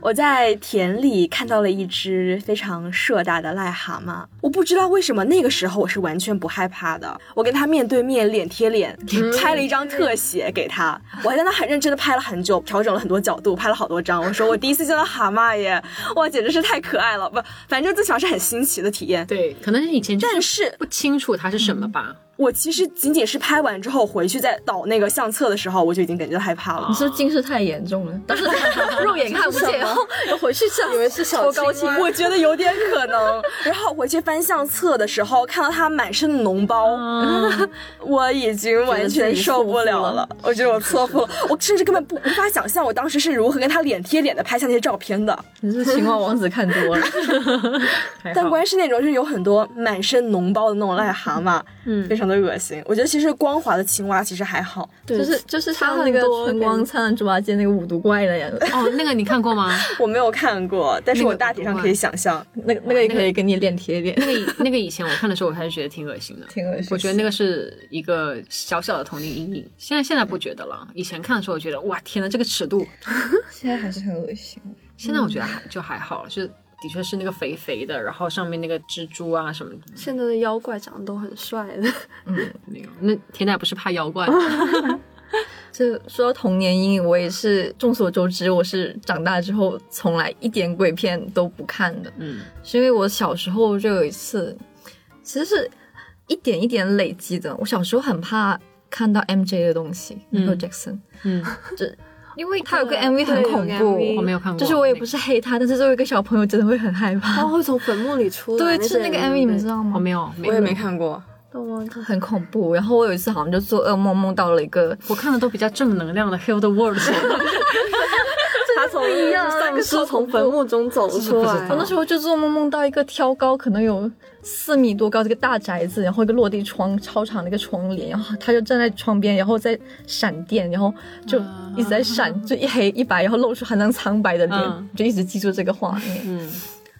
Speaker 1: 我在田里看到了一只非常硕大的癞蛤蟆，我不知道为什么那个时候我是完全不害怕的。我跟它面对面，脸贴脸，拍了一张特写给他，我还在那很认真的拍了很久，调整了很多角度，拍了好多张。我说我第一次见到蛤蟆耶，哇，简直是太可爱了！不，反正最起码是很新奇的体验。
Speaker 3: 对，可能是以前就
Speaker 1: 但是
Speaker 3: 不清楚它是什么吧。
Speaker 1: 我其实仅仅是拍完之后回去再倒那个相册的时候，我就已经感觉到害怕了
Speaker 2: 你。说近视太严重了，但是 肉眼看不 见，
Speaker 1: 哦
Speaker 2: 哦然后又回去上
Speaker 4: 以为是小
Speaker 2: 超高清
Speaker 4: 青蛙
Speaker 1: 我觉得有点可能。然后回去翻相册的时候，看到他满身的脓包，
Speaker 3: 嗯
Speaker 1: 我已经完全受不了了。我觉得我错付了，我甚至根本不无法想象我当时是如何跟他脸贴脸的拍下那些照片的。
Speaker 2: 你是青蛙王子看多了。
Speaker 3: 还好
Speaker 1: 但关键是那种就是有很多满身脓包的那种癞蛤蟆，嗯，非常的恶心。我觉得其实光滑的青蛙其实还好，
Speaker 4: 对
Speaker 2: 就是就是他
Speaker 4: 差
Speaker 2: 那
Speaker 4: 很
Speaker 2: 个
Speaker 4: 多
Speaker 2: 春光灿烂猪八戒那个五毒怪的呀，
Speaker 3: 哦，那个你看过吗？
Speaker 1: 我没有看过，但是
Speaker 3: 那个
Speaker 1: 我大体上可以想象。
Speaker 2: 那个那个也可以跟你脸贴脸，
Speaker 3: 那个以那个以前我看的时候，我还是觉得挺恶心的。
Speaker 2: 挺恶心。
Speaker 3: 我觉得那个是一个小小的童年阴影，现在现在不觉得了。以前看的时候，我觉得哇天呐，这个尺度！
Speaker 2: 现在还是很恶心。
Speaker 3: 现在我觉得还就还好，就的确是那个肥肥的，然后上面那个蜘蛛啊什么的
Speaker 4: 现在的妖怪长得都很帅的，
Speaker 3: 那个。那田奶不是怕妖 怪吗，
Speaker 2: 就说到童年阴影，我也是众所周知，我是长大之后从来一点鬼片都不看的，
Speaker 3: 嗯，
Speaker 2: 是因为我小时候就有一次，其实是一点一点累积的。我小时候很怕看到 MJ 的东西，Michael Jackson，
Speaker 3: 嗯，
Speaker 2: 这因为他有个
Speaker 4: 对
Speaker 2: MV 很
Speaker 4: 对有
Speaker 2: 恐
Speaker 4: 个
Speaker 2: 怖，
Speaker 4: MV
Speaker 3: 我没有看过。
Speaker 2: 就是我也不是黑他，但是作为一个小朋友，真的会很害怕。
Speaker 4: 他会从坟墓里出来。
Speaker 2: 对，就是那个 MV，你们知道
Speaker 3: 那个，
Speaker 2: 吗？
Speaker 3: 我哦没有，没
Speaker 1: 我也
Speaker 3: 有，
Speaker 1: 没看过，
Speaker 4: 懂吗？
Speaker 2: 很恐怖。然后我有一次好像就做噩梦，梦到了一个
Speaker 3: 我看的都比较正能量的《Heal the World》
Speaker 4: 他从一
Speaker 2: 样
Speaker 4: 丧尸从坟墓中走出来。
Speaker 2: 我那时候就做梦，梦到一个挑高可能有四米多高的一个大宅子，然后一个落地窗，超长的一个窗帘，然后他就站在窗边，然后在闪电，然后就一直在闪，就一黑一白，然后露出含张苍白的脸，
Speaker 3: 嗯
Speaker 2: 就一直记住这个画面。
Speaker 3: 嗯，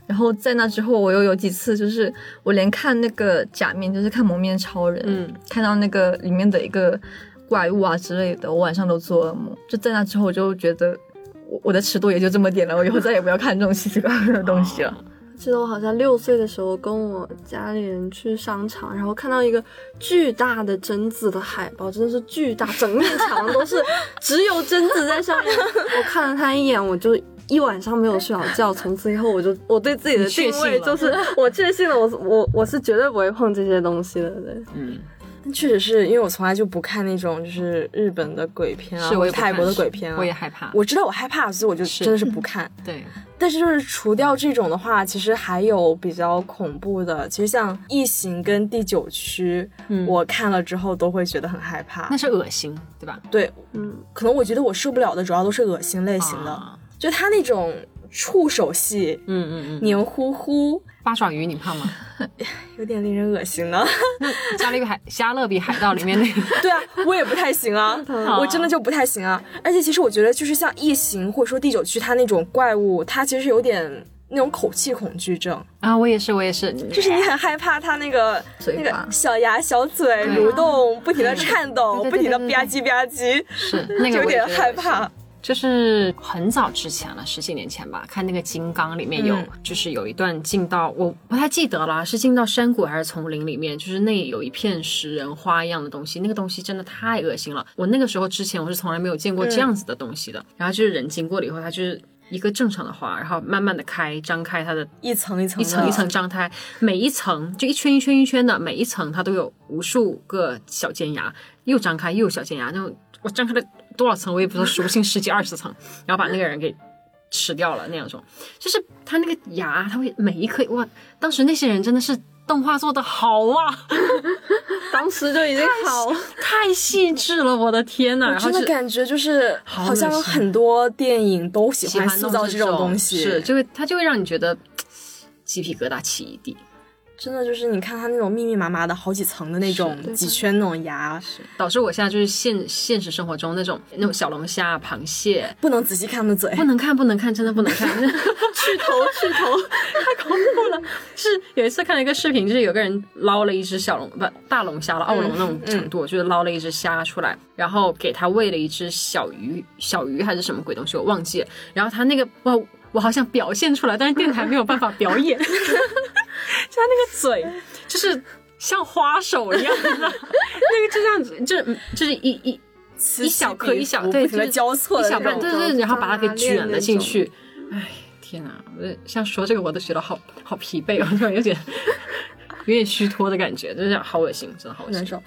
Speaker 2: 然后在那之后，我又有几次就是我连看那个假面，就是看蒙面超人，
Speaker 3: 嗯
Speaker 2: 看到那个里面的一个怪物啊之类的，我晚上都做噩梦。就在那之后，我就觉得我我的尺度也就这么点了，我以后再也不要看这种奇奇怪怪的东西了。
Speaker 4: 记得我好像六岁的时候，跟我家里人去商场，然后看到一个巨大的榛子的海报，真的是巨大，整面墙都是只有榛子在上面。我看了他一眼，我就。一晚上没有睡好觉，从此以后我就我对自己的
Speaker 3: 你确
Speaker 4: 定位
Speaker 3: 信了
Speaker 4: 就是我确信了，我我我是绝对不会碰这些东西的，对。
Speaker 3: 嗯，
Speaker 1: 但确实是因为我从来就不看那种就是日本的鬼片啊，
Speaker 3: 是我
Speaker 1: 或
Speaker 3: 也
Speaker 1: 者
Speaker 3: 不
Speaker 1: 泰国
Speaker 3: 看
Speaker 1: 的鬼片啊，
Speaker 3: 我也害怕。
Speaker 1: 我知道我害怕，所以我就真的 是不看。
Speaker 3: 对，
Speaker 1: 但是就是除掉这种的话，其实还有比较恐怖的，其实像《异形》跟《第九区》我看了之后都会觉得很害怕
Speaker 3: 嗯那。是恶心，对吧？
Speaker 1: 对，
Speaker 4: 嗯，
Speaker 1: 可能我觉得我受不了的主要都是恶心类型的，
Speaker 3: 啊
Speaker 1: 就他那种触手戏，
Speaker 3: 嗯嗯嗯，
Speaker 1: 黏糊糊，
Speaker 3: 八爪鱼你怕 吗？
Speaker 1: 有点令人恶心呢。
Speaker 3: 加勒比海加勒比海盗里面那个，
Speaker 1: 对啊，我也不太行 啊，我真的就不太行啊。而且其实我觉得，就是像异形或者说第九区，它那种怪物，它其实有点那种口气恐惧症，
Speaker 3: 啊，我也是，我也是，
Speaker 1: 就是你很害怕它那个
Speaker 2: 嘴
Speaker 1: 那
Speaker 2: 巴
Speaker 1: 个小牙、小嘴蠕动，不停的颤抖，
Speaker 3: 啊对对对
Speaker 1: 不停的
Speaker 3: 对
Speaker 1: 吧唧吧唧，
Speaker 3: 是那个
Speaker 1: 就有
Speaker 3: 我也
Speaker 1: 点
Speaker 3: 觉得
Speaker 1: 害怕。
Speaker 3: 就是很早之前了，十几年前吧，看那个《金刚》里面有，
Speaker 1: 嗯
Speaker 3: 就是有一段进到我不太记得了，是进到山谷还是丛林里面，就是那有一片食人花一样的东西，那个东西真的太恶心了。我那个时候之前我是从来没有见过这样子的东西的。然后就是人经过了以后，它就是一个正常的花，然后慢慢的开，张开它的
Speaker 1: 一层一层
Speaker 3: 一
Speaker 1: 的
Speaker 3: 层一层张开，每一层就一圈一圈一圈的，每一层它都有无数个小尖牙，又张开又有小尖牙，那种我张开了多少层我也不知道，数不清十几二十层， 然后把那个人给吃掉了那样种，就是它那个牙，它会每一颗哇，当时那些人真的是动画做的好啊，
Speaker 4: 当时就已经好，
Speaker 3: 太细致了，我的天呐，
Speaker 1: 我
Speaker 3: 然后
Speaker 1: 真
Speaker 3: 就
Speaker 1: 的感觉就是，
Speaker 3: 好
Speaker 1: 好像
Speaker 3: 恶心
Speaker 1: 很多电影都喜
Speaker 3: 喜
Speaker 1: 欢
Speaker 3: 欢
Speaker 1: 塑
Speaker 3: 弄
Speaker 1: 造
Speaker 3: 这
Speaker 1: 这种东西，
Speaker 3: 是就会它就会让你觉得嘖鸡皮疙瘩起一地，
Speaker 1: 真的就是你看它那种密密麻麻的好几层的那种几圈那种牙，
Speaker 3: 导致我现在就是现现实生活中那种那种小龙虾、螃蟹。
Speaker 1: 不能仔细看它们嘴
Speaker 3: 不。能看，不能看，真的不能看， 去头去头， 太恐怖了。是有一次看了一个视频，就是有个人捞了一只小龙不大龙虾了，澳龙那种程度，就是捞了一只虾出来，然后给它喂了一只小鱼，小鱼还是什么鬼东西，我忘记了。然后它那个哇，我好想表现出来，但是电台没有办法表演， 就它那个嘴就是像花手一样的， 那个就这样子，就是就是一一。
Speaker 1: 此
Speaker 3: 一
Speaker 1: 起
Speaker 3: 小颗
Speaker 1: 彼
Speaker 3: 一小
Speaker 1: 伏
Speaker 3: 对
Speaker 1: 不停的
Speaker 3: 就是
Speaker 1: 交错
Speaker 3: 一
Speaker 1: 的
Speaker 3: 小
Speaker 1: 那
Speaker 3: 半，
Speaker 1: 种。
Speaker 3: 对
Speaker 4: 就
Speaker 3: 对，
Speaker 4: 是
Speaker 3: 然后把它给
Speaker 4: 拉链
Speaker 3: 卷了
Speaker 4: 那
Speaker 3: 进
Speaker 4: 种
Speaker 3: 去。哎，天哪！我像说这个我都觉得好好疲惫，我突然有点有点虚脱的感觉，就是好恶心，真的好恶
Speaker 1: 难
Speaker 3: 心。
Speaker 1: 受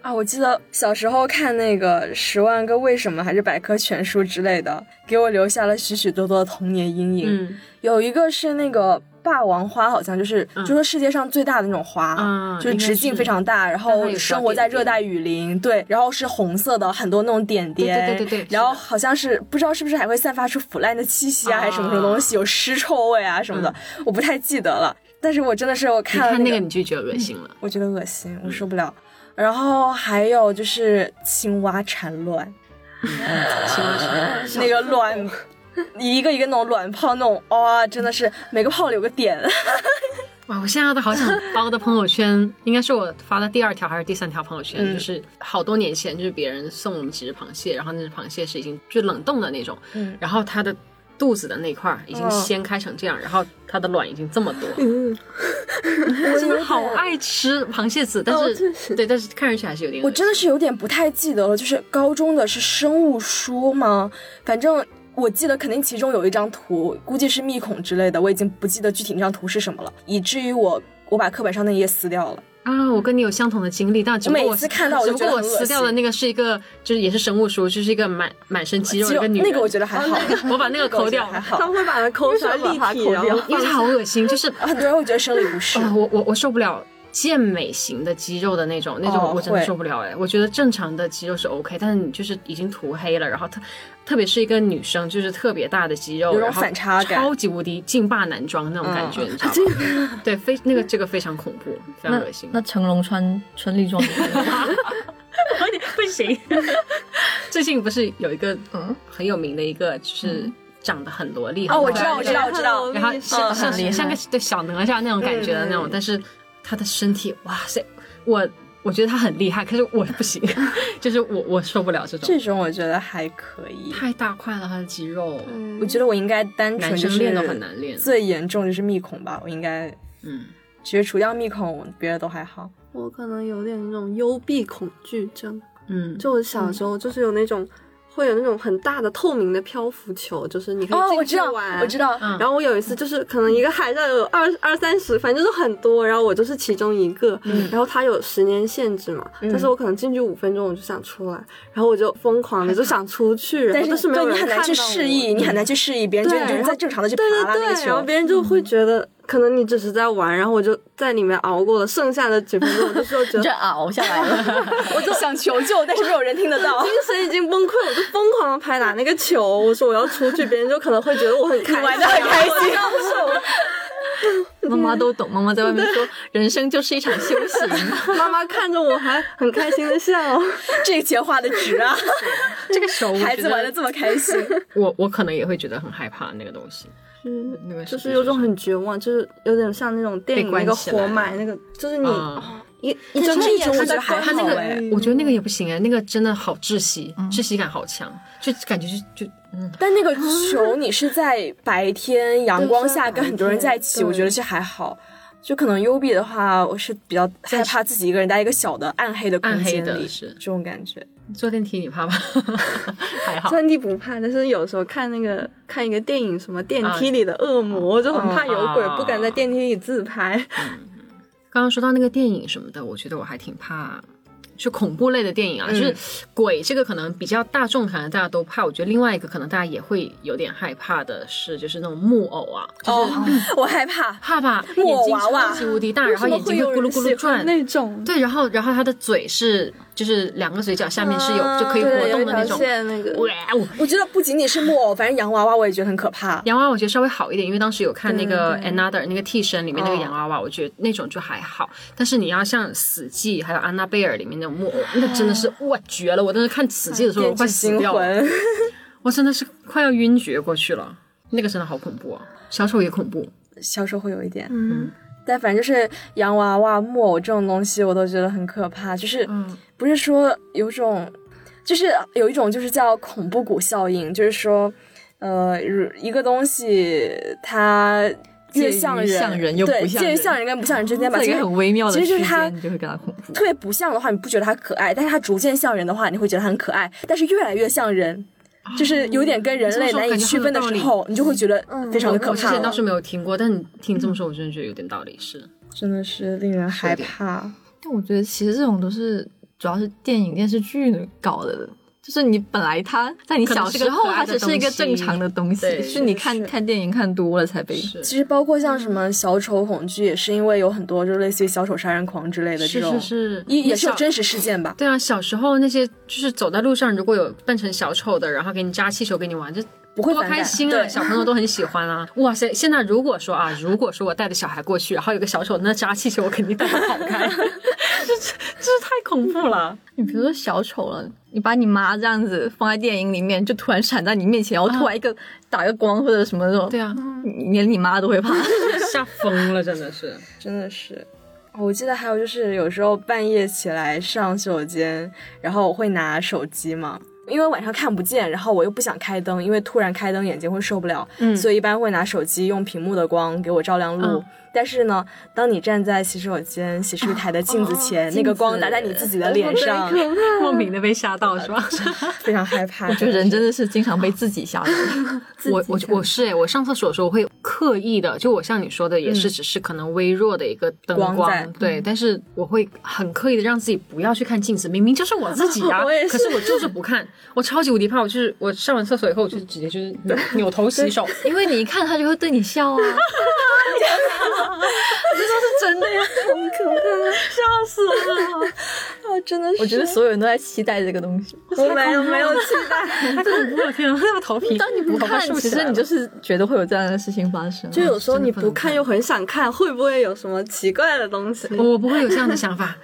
Speaker 1: 啊！我记得小时候看那个《十万个为什么》还是百科全书之类的，给我留下了许许多多的童年阴影。
Speaker 3: 嗯
Speaker 1: 有一个是那个霸王花，好像就是、就说世界上最大的那种花，
Speaker 3: 嗯
Speaker 1: 就是直径非常大，然
Speaker 3: 但它
Speaker 1: 后
Speaker 3: 有小
Speaker 1: 生活在
Speaker 3: 点点
Speaker 1: 热带雨林，对，然后是红色的，很多那种点点，
Speaker 3: 对对对对对
Speaker 1: 然后好像是不知道是不是还会散发出腐烂的气息啊，
Speaker 3: 啊嗯
Speaker 1: 还是什么什么东西，有尸臭味啊什么的，我不太记得了。但是我真的是我
Speaker 3: 你
Speaker 1: 看了
Speaker 3: 看那个你嗯就觉得恶心了，
Speaker 1: 我觉得恶心，我受不了。然后还有就是青蛙产卵，
Speaker 3: 嗯行了行了，
Speaker 1: 那个卵，一个一个那种卵泡那种，哇、真的是每个泡里有个点。
Speaker 3: 哇！我现在都好 想把我的朋友圈，应该是我发的第二条还是第三条朋友圈，
Speaker 1: 嗯
Speaker 3: 就是好多年前，就是别人送我们几只螃蟹，然后那只螃蟹是已经就冷冻的那种，
Speaker 1: 嗯
Speaker 3: 然后它的肚子的那块儿已经
Speaker 1: 哦
Speaker 3: 掀开成这样，然后它的卵已经这么 多，
Speaker 4: 嗯，
Speaker 3: 真的好爱吃螃蟹籽，但
Speaker 4: 哦
Speaker 3: 是、
Speaker 4: 确实
Speaker 3: 对，但是看上去还是有点恶心。
Speaker 1: 我真的是有点不太记得了，就是高中的是生物书吗？反正我记得肯定其中有一张图，估计是密孔之类的，我已经不记得具体那张图是什么了，以至于我我把课本上那一页撕掉了。
Speaker 3: 啊，我跟你有相同的经历，但只不过
Speaker 1: 每次看到我就
Speaker 3: 只不过我
Speaker 1: 觉得很恶
Speaker 3: 撕掉的
Speaker 1: 心
Speaker 3: 那个是一个，就是也是生物书，就是一个满满身肌肉
Speaker 1: 只
Speaker 3: 的一
Speaker 1: 有
Speaker 3: 个女人。
Speaker 1: 那个我觉得还好，
Speaker 3: 我把那个抠掉
Speaker 1: 那个我觉得还
Speaker 4: 哦他
Speaker 1: 好。
Speaker 4: 们会把它抠出来
Speaker 1: 为什么
Speaker 4: 立
Speaker 1: 把它
Speaker 4: 体，
Speaker 1: 抠
Speaker 4: 然后
Speaker 1: 掉
Speaker 3: 因为它好恶心，就是
Speaker 1: 很多人会觉得生理不适，
Speaker 3: 啊，我我我受不了健美型的肌肉的那种，那
Speaker 1: 哦
Speaker 3: 种我真的
Speaker 1: 会
Speaker 3: 受不了哎、我觉得正常的肌肉是 OK，但是你就是已经涂黑了，然后特特别是一个女生，就是特别大的肌肉，
Speaker 1: 有种
Speaker 3: 然后
Speaker 1: 反差感嗯
Speaker 3: 超级无敌劲霸男装那种感觉，你知道
Speaker 1: 啊
Speaker 3: 吗？对，非那个这个非常恐怖，非常
Speaker 2: 那
Speaker 3: 恶心。
Speaker 2: 那成龙穿春丽装，
Speaker 3: 不行。 最近不是有一个
Speaker 2: 嗯
Speaker 3: 很有名的一个，就是长得很萝莉
Speaker 1: 嗯哦我
Speaker 3: 很可
Speaker 1: 知道
Speaker 3: 爱
Speaker 1: 我知道我知道
Speaker 3: 然后像
Speaker 1: 嗯
Speaker 3: 像
Speaker 2: 很厉害
Speaker 3: 像个对小哪吒那种感觉的那种，但是他的身体，哇塞，我我觉得他很厉害，可是我 不行，就是我我受不了这种
Speaker 1: 这种我觉得还可以。
Speaker 3: 太大块了，他的肌肉，
Speaker 4: 嗯
Speaker 1: 我觉得我应该单纯
Speaker 3: 男
Speaker 1: 就
Speaker 3: 生
Speaker 1: 是
Speaker 3: 练都很难练。
Speaker 1: 最严重就是密孔吧，我应该
Speaker 3: 嗯，
Speaker 1: 其实除掉密孔，别的都还好。
Speaker 4: 我可能有点那种幽闭恐惧症，
Speaker 3: 嗯，
Speaker 4: 就我小时候就是有那种。会有那种很大的透明的漂浮球，就是你可以
Speaker 1: 哦，我
Speaker 4: 进
Speaker 1: 知
Speaker 4: 去
Speaker 1: 道，
Speaker 4: 玩。
Speaker 1: 我知道，
Speaker 3: 嗯
Speaker 4: 然后我有一次就是可能一个海上有二二三十，反正就是很多，然后我就是其中一个。然后它有十年限制嘛，
Speaker 1: 嗯
Speaker 4: 但是我可能进去五分钟我就想出来，然后我就疯狂的就想出去，然
Speaker 1: 但
Speaker 4: 后
Speaker 1: 是
Speaker 4: 但没有
Speaker 1: 对
Speaker 4: 人
Speaker 1: 你很
Speaker 4: 看到
Speaker 1: 难
Speaker 4: 我。
Speaker 1: 去示意，你很难去示意别人，觉得你就
Speaker 4: 对
Speaker 1: 是
Speaker 4: 然后
Speaker 1: 在正常的去爬
Speaker 4: 对对
Speaker 1: 拉那个
Speaker 4: 对，然后
Speaker 1: 球。嗯
Speaker 4: 别人就会觉得，可能你只是在玩，然后我就在里面熬过了剩下的几分钟，我就说觉
Speaker 2: 你
Speaker 4: 得
Speaker 2: 这熬下来了。
Speaker 1: 我就想求救，但是没有人听得 到。
Speaker 4: 精神已经崩溃，我就疯狂的拍打那个球，我说我要出去，别人就可能会觉得我很开心，
Speaker 1: 玩得很开心
Speaker 4: 然后我就
Speaker 2: 妈
Speaker 4: 高
Speaker 2: 妈都懂，妈妈在外面说，人生就是一场修 行。
Speaker 4: 手，妈妈看着我还很开心的笑。
Speaker 1: 这个钱花的值啊！
Speaker 3: 这个手我
Speaker 1: 孩
Speaker 3: 觉
Speaker 1: 子玩的
Speaker 3: 得
Speaker 1: 这么开心，
Speaker 3: 我我可能也会觉得很害怕那个东西，
Speaker 4: 嗯，
Speaker 3: 那个
Speaker 4: 就是有种很绝望，就是有点像那种电影
Speaker 3: 被
Speaker 4: 那
Speaker 3: 关
Speaker 4: 个
Speaker 3: 起来
Speaker 4: 活埋那个，就是你哦
Speaker 3: 嗯，
Speaker 4: 一一睁
Speaker 1: 这种
Speaker 4: 眼
Speaker 1: 我觉
Speaker 4: 在
Speaker 1: 得还
Speaker 4: 关
Speaker 3: 他
Speaker 1: 好
Speaker 3: 那
Speaker 4: 好
Speaker 3: 个
Speaker 1: 哎
Speaker 3: 我觉得那个也不行哎，那个真的好窒息，
Speaker 1: 嗯
Speaker 3: 窒息感好强，就感觉就就嗯，
Speaker 1: 但那个球你是在白天阳光下跟很多人在一起，
Speaker 4: 对
Speaker 1: 我觉得这还好。就可能幽闭的话，我是比较害怕自己一个人待一个小的暗黑的空间
Speaker 3: 暗黑
Speaker 1: 里，
Speaker 3: 的是
Speaker 1: 这种感觉。
Speaker 3: 坐电梯你 怕吗？还好
Speaker 4: 虽，然你不怕，但是有时候看那个看一个电影，什么电梯里的恶魔，我就
Speaker 2: 嗯
Speaker 4: 很怕有鬼，
Speaker 3: 啊嗯
Speaker 4: 不敢在电梯里自拍。
Speaker 3: 刚刚说到那个电影什么的，我觉得我还挺怕，就恐怖类的电
Speaker 4: 嗯
Speaker 3: 影啊，就是鬼这个可能比较大众，可能大家都怕。我觉得另外一个可能大家也会有点害怕的是，就是那种木偶啊，
Speaker 1: 哦，我害怕。
Speaker 3: 怕吧，
Speaker 1: 木偶
Speaker 3: 眼睛
Speaker 1: 娃娃
Speaker 3: 超级无敌大，然后眼睛
Speaker 4: 为什么
Speaker 3: 会咕噜
Speaker 4: 会有人
Speaker 3: 咕噜
Speaker 4: 喜欢
Speaker 3: 转。
Speaker 4: 那种，
Speaker 3: 对，然后然后他的嘴是就是两个嘴角下面是有、
Speaker 1: 啊
Speaker 3: 就可以活
Speaker 4: 对，有
Speaker 3: 动
Speaker 4: 一
Speaker 3: 的
Speaker 4: 条
Speaker 3: 那种。
Speaker 4: 线那个。
Speaker 3: 哇哦！
Speaker 1: 我觉得不仅仅是木偶，反正洋娃娃我也觉得很可怕。
Speaker 3: 洋娃娃我觉得稍微好一点，因为当时有看那个
Speaker 1: 对哦
Speaker 3: Another 那个替身里面那个洋娃娃，我觉得那种就还好。但是你要像《死寂》还有《安娜贝尔》里面那种木偶，那真的是哇绝了！我当时看《死寂》的时候，我
Speaker 1: 电
Speaker 3: 快
Speaker 1: 锯
Speaker 3: 死
Speaker 1: 哎惊
Speaker 3: 掉了，
Speaker 1: 魂，
Speaker 3: 我真的是快要晕厥过去了。那个真的好恐怖啊！小丑也恐怖，
Speaker 1: 小时候会有一点，
Speaker 4: 嗯，
Speaker 1: 但反正就是洋娃娃、木偶这种东西，我都觉得很可怕。就是
Speaker 3: 嗯，
Speaker 1: 不是说有种，就是有一种就是叫恐怖谷效应，就是说，呃，如一个东西它越像人，
Speaker 2: 介于像人又不像人
Speaker 1: 对，介于像人跟不像人之 间吧，
Speaker 2: 在一
Speaker 1: 其
Speaker 2: 个
Speaker 1: 实
Speaker 2: 很微妙的
Speaker 1: 其实就是
Speaker 2: 之
Speaker 1: 它
Speaker 2: 间你就会感到恐怖。
Speaker 1: 特别不像的话，你不觉得它可爱；但是它逐渐像人的话，你会觉得它很可爱。但是越来越像人，
Speaker 2: 哦
Speaker 1: 就是有点跟人类难以区分的时
Speaker 3: 这么说
Speaker 1: 候，你就会觉得非常的可
Speaker 3: 我之
Speaker 1: 怕
Speaker 3: 前
Speaker 1: 了
Speaker 3: 倒是没有听过，但你听这么说，我真的觉得有点道理。是，
Speaker 1: 真的是令人害
Speaker 3: 有点
Speaker 1: 怕。
Speaker 2: 但我觉得其实这种都是主要是电影电视剧搞的。就是你本来它在你小时候，
Speaker 3: 可
Speaker 2: 它
Speaker 3: 能
Speaker 2: 只
Speaker 3: 是个可爱的
Speaker 2: 是一个正常的东
Speaker 3: 东西
Speaker 2: 西，
Speaker 3: 对
Speaker 2: 是你看
Speaker 1: 是
Speaker 2: 看电影看多了才被。
Speaker 3: 是
Speaker 1: 其实包括像什么小丑恐惧，也是因为有很多就类似于小丑杀人狂之类的这
Speaker 3: 是
Speaker 1: 种，
Speaker 3: 是是，
Speaker 1: 也也是有
Speaker 3: 小
Speaker 1: 真实事件吧？
Speaker 3: 对啊，小时候那些就是走在路上，如果有扮成小丑的，然后给你扎气球给你玩，这
Speaker 1: 不会
Speaker 3: 多
Speaker 1: 反感
Speaker 3: 开心啊！
Speaker 1: 对
Speaker 3: 小朋友都很喜欢 啊。哇塞，现在如果说啊，如果说我带着小孩过去，然后有个小丑那扎气球，我肯定带他跑 开，这这这太恐怖了。
Speaker 2: 你比如说小丑了，你把你妈这样子放在电影里面，就突然闪在你面前，然后突然一个、打个光或者什么那种，
Speaker 3: 对啊，
Speaker 2: 你连你妈都会 怕。
Speaker 3: 吓疯了，真的是。
Speaker 1: 真的是。哦我记得还有就是有时候半夜起来上洗手间，然后我会拿手机嘛，因为晚上看不见，然后我又不想开灯，因为突然开灯眼睛会受不了，所以一般会拿手机用屏幕的光给我照亮路。
Speaker 3: 嗯
Speaker 1: 但是呢，当你站在洗手间洗漱台的镜子前，那个光打在你自己的脸上，
Speaker 3: 莫名的被吓到是吧？
Speaker 1: 非常害怕。
Speaker 2: 我觉得人真的是经常被自己吓到。
Speaker 3: 我我我是哎，我上厕所的时候我会刻意的，就我像你说的，也
Speaker 2: 嗯
Speaker 3: 是只是可能微弱的一个灯
Speaker 1: 光在
Speaker 3: 对，但是我会很刻意的让自己不要去看镜子，明明就是我自 己啊，
Speaker 4: 我也是
Speaker 3: 可是我就是不看，我超级无敌怕，我就是我上完厕所以后，我就直接就是扭扭头 洗手，
Speaker 2: 因为你一看他就会对你 笑啊，
Speaker 3: 真的呀，
Speaker 2: 笑死了！
Speaker 1: 哦，真的是，
Speaker 2: 我觉得所有人都在期待这个东西。
Speaker 4: 我没有没有期待，
Speaker 3: 太恐怖了，天啊，那头皮，
Speaker 2: 当你不
Speaker 3: 头发
Speaker 2: 看
Speaker 3: 竖，
Speaker 2: 其
Speaker 3: 起
Speaker 2: 实
Speaker 3: 来
Speaker 2: 你
Speaker 3: 了
Speaker 2: 就是觉得会有这样的事情发生。
Speaker 4: 就有时候你
Speaker 3: 真的
Speaker 4: 不
Speaker 3: 不能看
Speaker 4: 看又很想看，会不会有什么奇怪的东西？
Speaker 3: 我不会有这样的想法，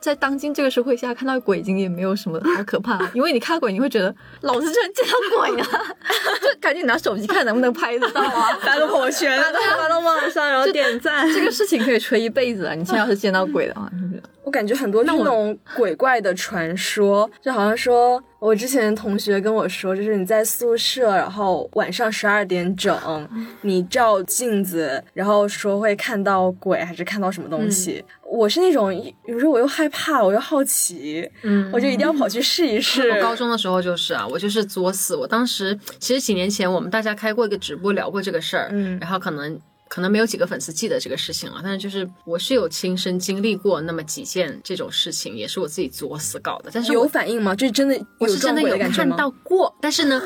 Speaker 2: 在当今这个社会下，看到鬼已经也没有什么好可怕，因为你看鬼，你会觉得老子居然见到鬼啊， 就赶紧拿手机看能不能拍得到啊。
Speaker 1: 发个朋友圈，
Speaker 4: 发到发到网上，然后点赞。
Speaker 2: 这个事情可以吹一辈子啊！你现在要是见到鬼的话，你就觉得
Speaker 1: 我感觉很多这种鬼怪的传说，就好像说我之前同学跟我说，就是你在宿舍，然后晚上十二点整， 你照镜子，然后说会看到鬼还是看到什么东西。我是那种有时候我又害怕，我又好奇，
Speaker 3: 嗯
Speaker 1: 我就一定要跑去试一试。
Speaker 3: 我高中的时候就是啊，我就是作死。我当时其实几年前我们大家开过一个直播聊过这个事儿，
Speaker 1: 嗯
Speaker 3: 然后可能可能没有几个粉丝记得这个事情了，但是就是我是有亲身经历过那么几件这种事情，也是我自己作死搞的。但是
Speaker 1: 有
Speaker 3: 我
Speaker 1: 反应吗？这真的
Speaker 3: 我
Speaker 1: 有
Speaker 3: 是
Speaker 1: 撞
Speaker 3: 真的
Speaker 1: 鬼
Speaker 3: 有
Speaker 1: 感觉
Speaker 3: 看
Speaker 1: 吗？
Speaker 3: 到过，但是 呢，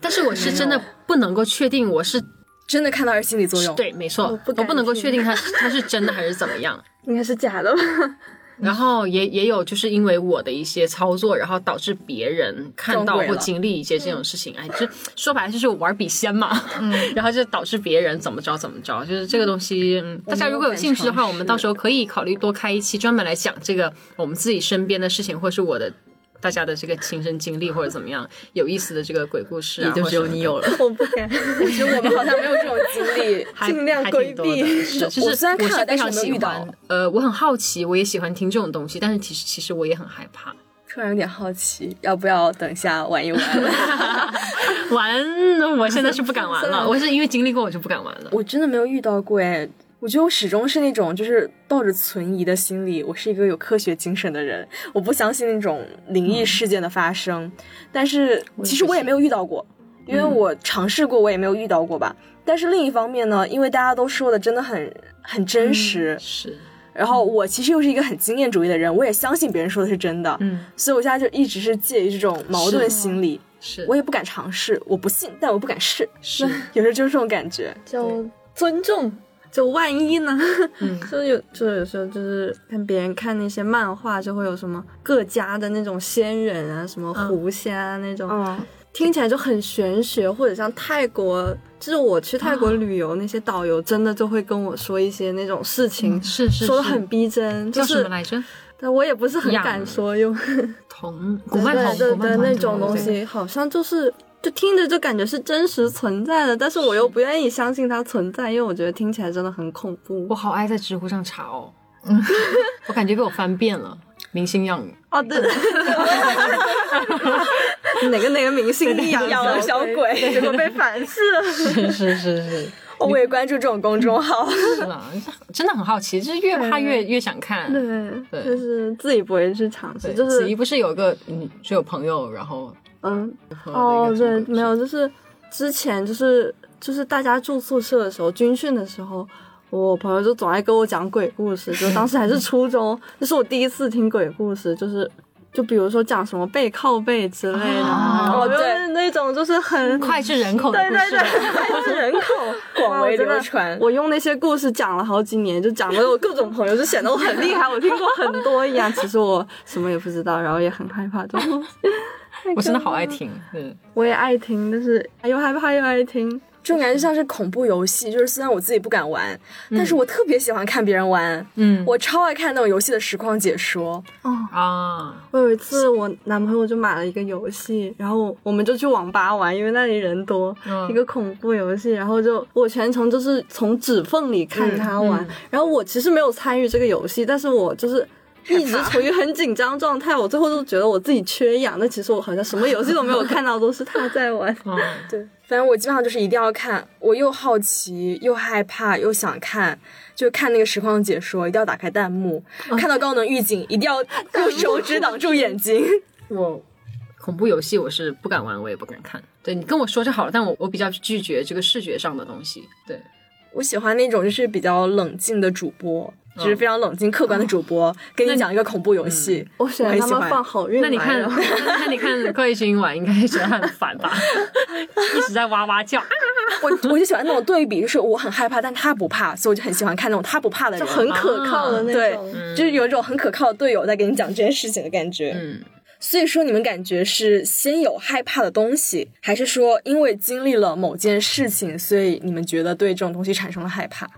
Speaker 3: 但是我是真的不能够确定我是
Speaker 1: 真的看到还是心理作用？，
Speaker 3: 对，没错，
Speaker 4: 我
Speaker 3: 我
Speaker 4: 不敢
Speaker 3: 不能够
Speaker 4: 信
Speaker 3: 确 定它是它是真的还是怎么样。
Speaker 4: 应该是假的吧？
Speaker 3: 然后也也有就是因为我的一些操作，然后导致别人看到
Speaker 1: 撞鬼
Speaker 3: 或
Speaker 1: 了
Speaker 3: 经历一些这
Speaker 1: 嗯
Speaker 3: 种事情，哎，就说白了就是我玩笔仙嘛，
Speaker 4: 嗯
Speaker 3: 然后就导致别人怎么着怎么着，就是这个东西，嗯大家如果有兴趣的话，
Speaker 1: 我
Speaker 3: 我
Speaker 1: 们
Speaker 3: 们到时候可以考虑多开一期专门来讲这个我们自己身边的事情，或是我的。大家的这个亲身经历或者怎么样有意思的这个鬼故事、啊，
Speaker 2: 也就
Speaker 3: 或
Speaker 2: 只
Speaker 3: 什么
Speaker 2: 有你
Speaker 3: 的
Speaker 2: 有了。
Speaker 4: 我不敢。
Speaker 1: 我觉得我们好像没有这种经历。
Speaker 3: 还
Speaker 4: 尽量
Speaker 3: 还
Speaker 4: 规
Speaker 3: 挺多的
Speaker 4: 避
Speaker 3: 是，就是
Speaker 1: 我虽然看了
Speaker 3: 是非
Speaker 1: 但是
Speaker 3: 常
Speaker 1: 我没有
Speaker 3: 喜
Speaker 1: 遇到
Speaker 3: 欢，呃，我很好奇，我也喜欢听这种东西，但是其实其实我也很害怕。
Speaker 1: 突然有点好奇，要不要等一下玩一 玩？
Speaker 3: 玩，我现在是不敢玩了， 我是因为经历过，我就不敢玩了。
Speaker 1: 我真的没有遇到过哎。我觉得我始终是那种就是抱着存疑的心理，我是一个有科学精神的人，我不相信那种灵异事件的发生。但是嗯其嗯实我也没有遇到过，因为我尝试过，我也没有遇到过吧。但是另一方面呢，因为大家都说的真的很很真实，
Speaker 3: 是，
Speaker 1: 然后我其实又是一个很经验主义的人，我也相信别人说的是真的，
Speaker 3: 嗯，
Speaker 1: 所以我现在就一直是介于这种矛盾心理，
Speaker 3: 是，
Speaker 1: 我也不敢尝试，我不信，但我不敢试，
Speaker 3: 是，
Speaker 1: 有时候就是这种感觉。
Speaker 4: 就尊重。就万一呢？
Speaker 3: 嗯
Speaker 4: 就有就有时候就是看别人看那些漫画，就会有什么各家的那种仙人啊，什
Speaker 3: 嗯
Speaker 4: 么狐仙啊那种，
Speaker 1: 嗯，
Speaker 4: 听起来就很玄学，或者像泰国，就是我去泰
Speaker 3: 嗯
Speaker 4: 国旅游，那些导游真的就会跟我说一些那种事情，
Speaker 3: 嗯是是，
Speaker 4: 说的
Speaker 3: 是
Speaker 4: 很逼真，就
Speaker 3: 叫什
Speaker 4: 是
Speaker 3: 么来着？
Speaker 4: 但我也不是很
Speaker 3: 养
Speaker 4: 敢说，又
Speaker 3: 铜，古曼
Speaker 4: 对
Speaker 3: 童，
Speaker 4: 对
Speaker 3: 古曼
Speaker 4: 对，
Speaker 3: 童
Speaker 4: 那种东。
Speaker 3: 对
Speaker 4: 西好像就是就听着就感觉是真实存在的，但是我又不愿意相信它存在，因为我觉得听起来真的很恐怖
Speaker 3: 我。好爱在知乎上查哦， 我感觉被我翻遍了。明星样语，
Speaker 4: 哦，对， 哪个哪个明星养
Speaker 1: 养了小鬼，
Speaker 4: 结果被反噬了？
Speaker 3: 是是是是
Speaker 1: 哦我也关注这种公众号。
Speaker 3: 是啊，真的很好奇，就是越怕越越想看。
Speaker 4: 对，
Speaker 3: 对
Speaker 4: 就是自己不会去尝试，
Speaker 3: 对，
Speaker 4: 就
Speaker 3: 子怡
Speaker 4: 是
Speaker 3: 不是有个嗯，是有朋友，然后
Speaker 4: 嗯，
Speaker 3: 朋友
Speaker 4: 哦
Speaker 3: 的一，个
Speaker 4: 对
Speaker 3: 组，合
Speaker 4: 没有，就是之前就是就是大家住宿舍的时候，军训的时候，我朋友就总爱跟我讲鬼故事，就当时还是初中， 这是我第一次听鬼故事，就是。就比如说讲什么背靠背之类的，
Speaker 3: 啊
Speaker 4: 然后就
Speaker 1: 对
Speaker 4: 是那种就是很
Speaker 3: 脍炙人口的
Speaker 4: 对
Speaker 3: 故
Speaker 4: 对
Speaker 3: 事
Speaker 4: 对，
Speaker 3: 了。
Speaker 4: 脍炙人口，
Speaker 1: 广为
Speaker 4: 哇我真的
Speaker 1: 流传
Speaker 4: 我用那些故事讲了好几年，就讲了我各种朋友，就显得我很厉害，我听过很多一样。其实我什么也不知道，然后也很害怕这种东西。
Speaker 3: 我真的好爱听，嗯，
Speaker 4: 我也爱听，但是又害怕又爱听。
Speaker 1: 这种感觉就像是恐怖游戏，就是虽然我自己不敢玩，但是
Speaker 4: 嗯
Speaker 1: 我特别喜欢看别人玩。
Speaker 3: 嗯
Speaker 1: 我超爱看那种游戏的实况解说，
Speaker 3: 啊，
Speaker 4: 我有一次，我男朋友就买了一个游戏，然后我们就去网吧玩，因为那里人多，
Speaker 3: 嗯
Speaker 4: 一个恐怖游戏。然后就我全程就是从指缝里看他玩，
Speaker 3: 嗯
Speaker 4: 然后我其实没有参与这个游戏，但是我就是。一直处于很紧张状态，我最后都觉得我自己缺氧。那其实我好像什么游戏都没有看到，都是他在玩。
Speaker 3: 嗯
Speaker 1: 对，反正我基本上就是一定要看，我又好奇又害怕又想看，就看那个实况解说，一定要打开弹幕，
Speaker 4: 哦
Speaker 1: 看到高能预警一定 要用手指挡住眼睛。
Speaker 3: 我恐怖游戏我是不敢玩，我也不敢看。对你跟我说就好了，但我我比较拒绝这个视觉上的东西。对，
Speaker 1: 我喜欢那种就是比较冷静的主播，就是非常冷静客观的主播，跟你讲一个恐怖游戏，
Speaker 4: 我喜欢
Speaker 1: 很
Speaker 4: 他
Speaker 1: 喜
Speaker 4: 们
Speaker 1: 欢
Speaker 4: 放好运
Speaker 3: 那
Speaker 4: 来
Speaker 3: 你
Speaker 4: 了，
Speaker 3: 看，那你看邝一君玩，应该觉得很烦吧？一直在哇哇叫，
Speaker 1: 我我就喜欢那种对比，就是我很害怕，但他不怕，所以我就很喜欢看那种他不怕的
Speaker 4: 就
Speaker 1: 人，啊
Speaker 4: 很可靠的那
Speaker 1: 对
Speaker 4: 种。，
Speaker 1: 就是有一种很可靠的队友在给你讲这件事情的感觉。
Speaker 3: 嗯，
Speaker 1: 所以说，你们感觉是先有害怕的东西，还是说因为经历了某件事情，所以你们觉得对这种东西产生了害怕？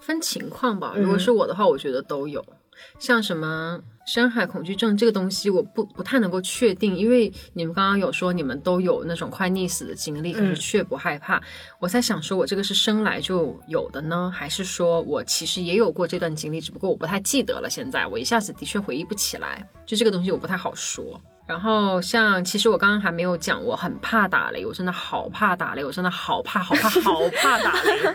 Speaker 3: 分情况吧。
Speaker 1: 嗯
Speaker 3: 如果是我的话，我觉得都有。像什么深海恐惧症这个东西，我不不太能够确定，因为你们刚刚有说你们都有那种快溺死的经历，可是却不害怕。我在想，说我这个是生来就有的呢，还是说我其实也有过这段经历，只不过我不太记得了。现在我一下子的确回忆不起来，就这个东西我不太好说。然后像，其实我刚刚还没有讲，我很怕打雷，我真的好怕打雷，我真的好怕好怕好怕打雷，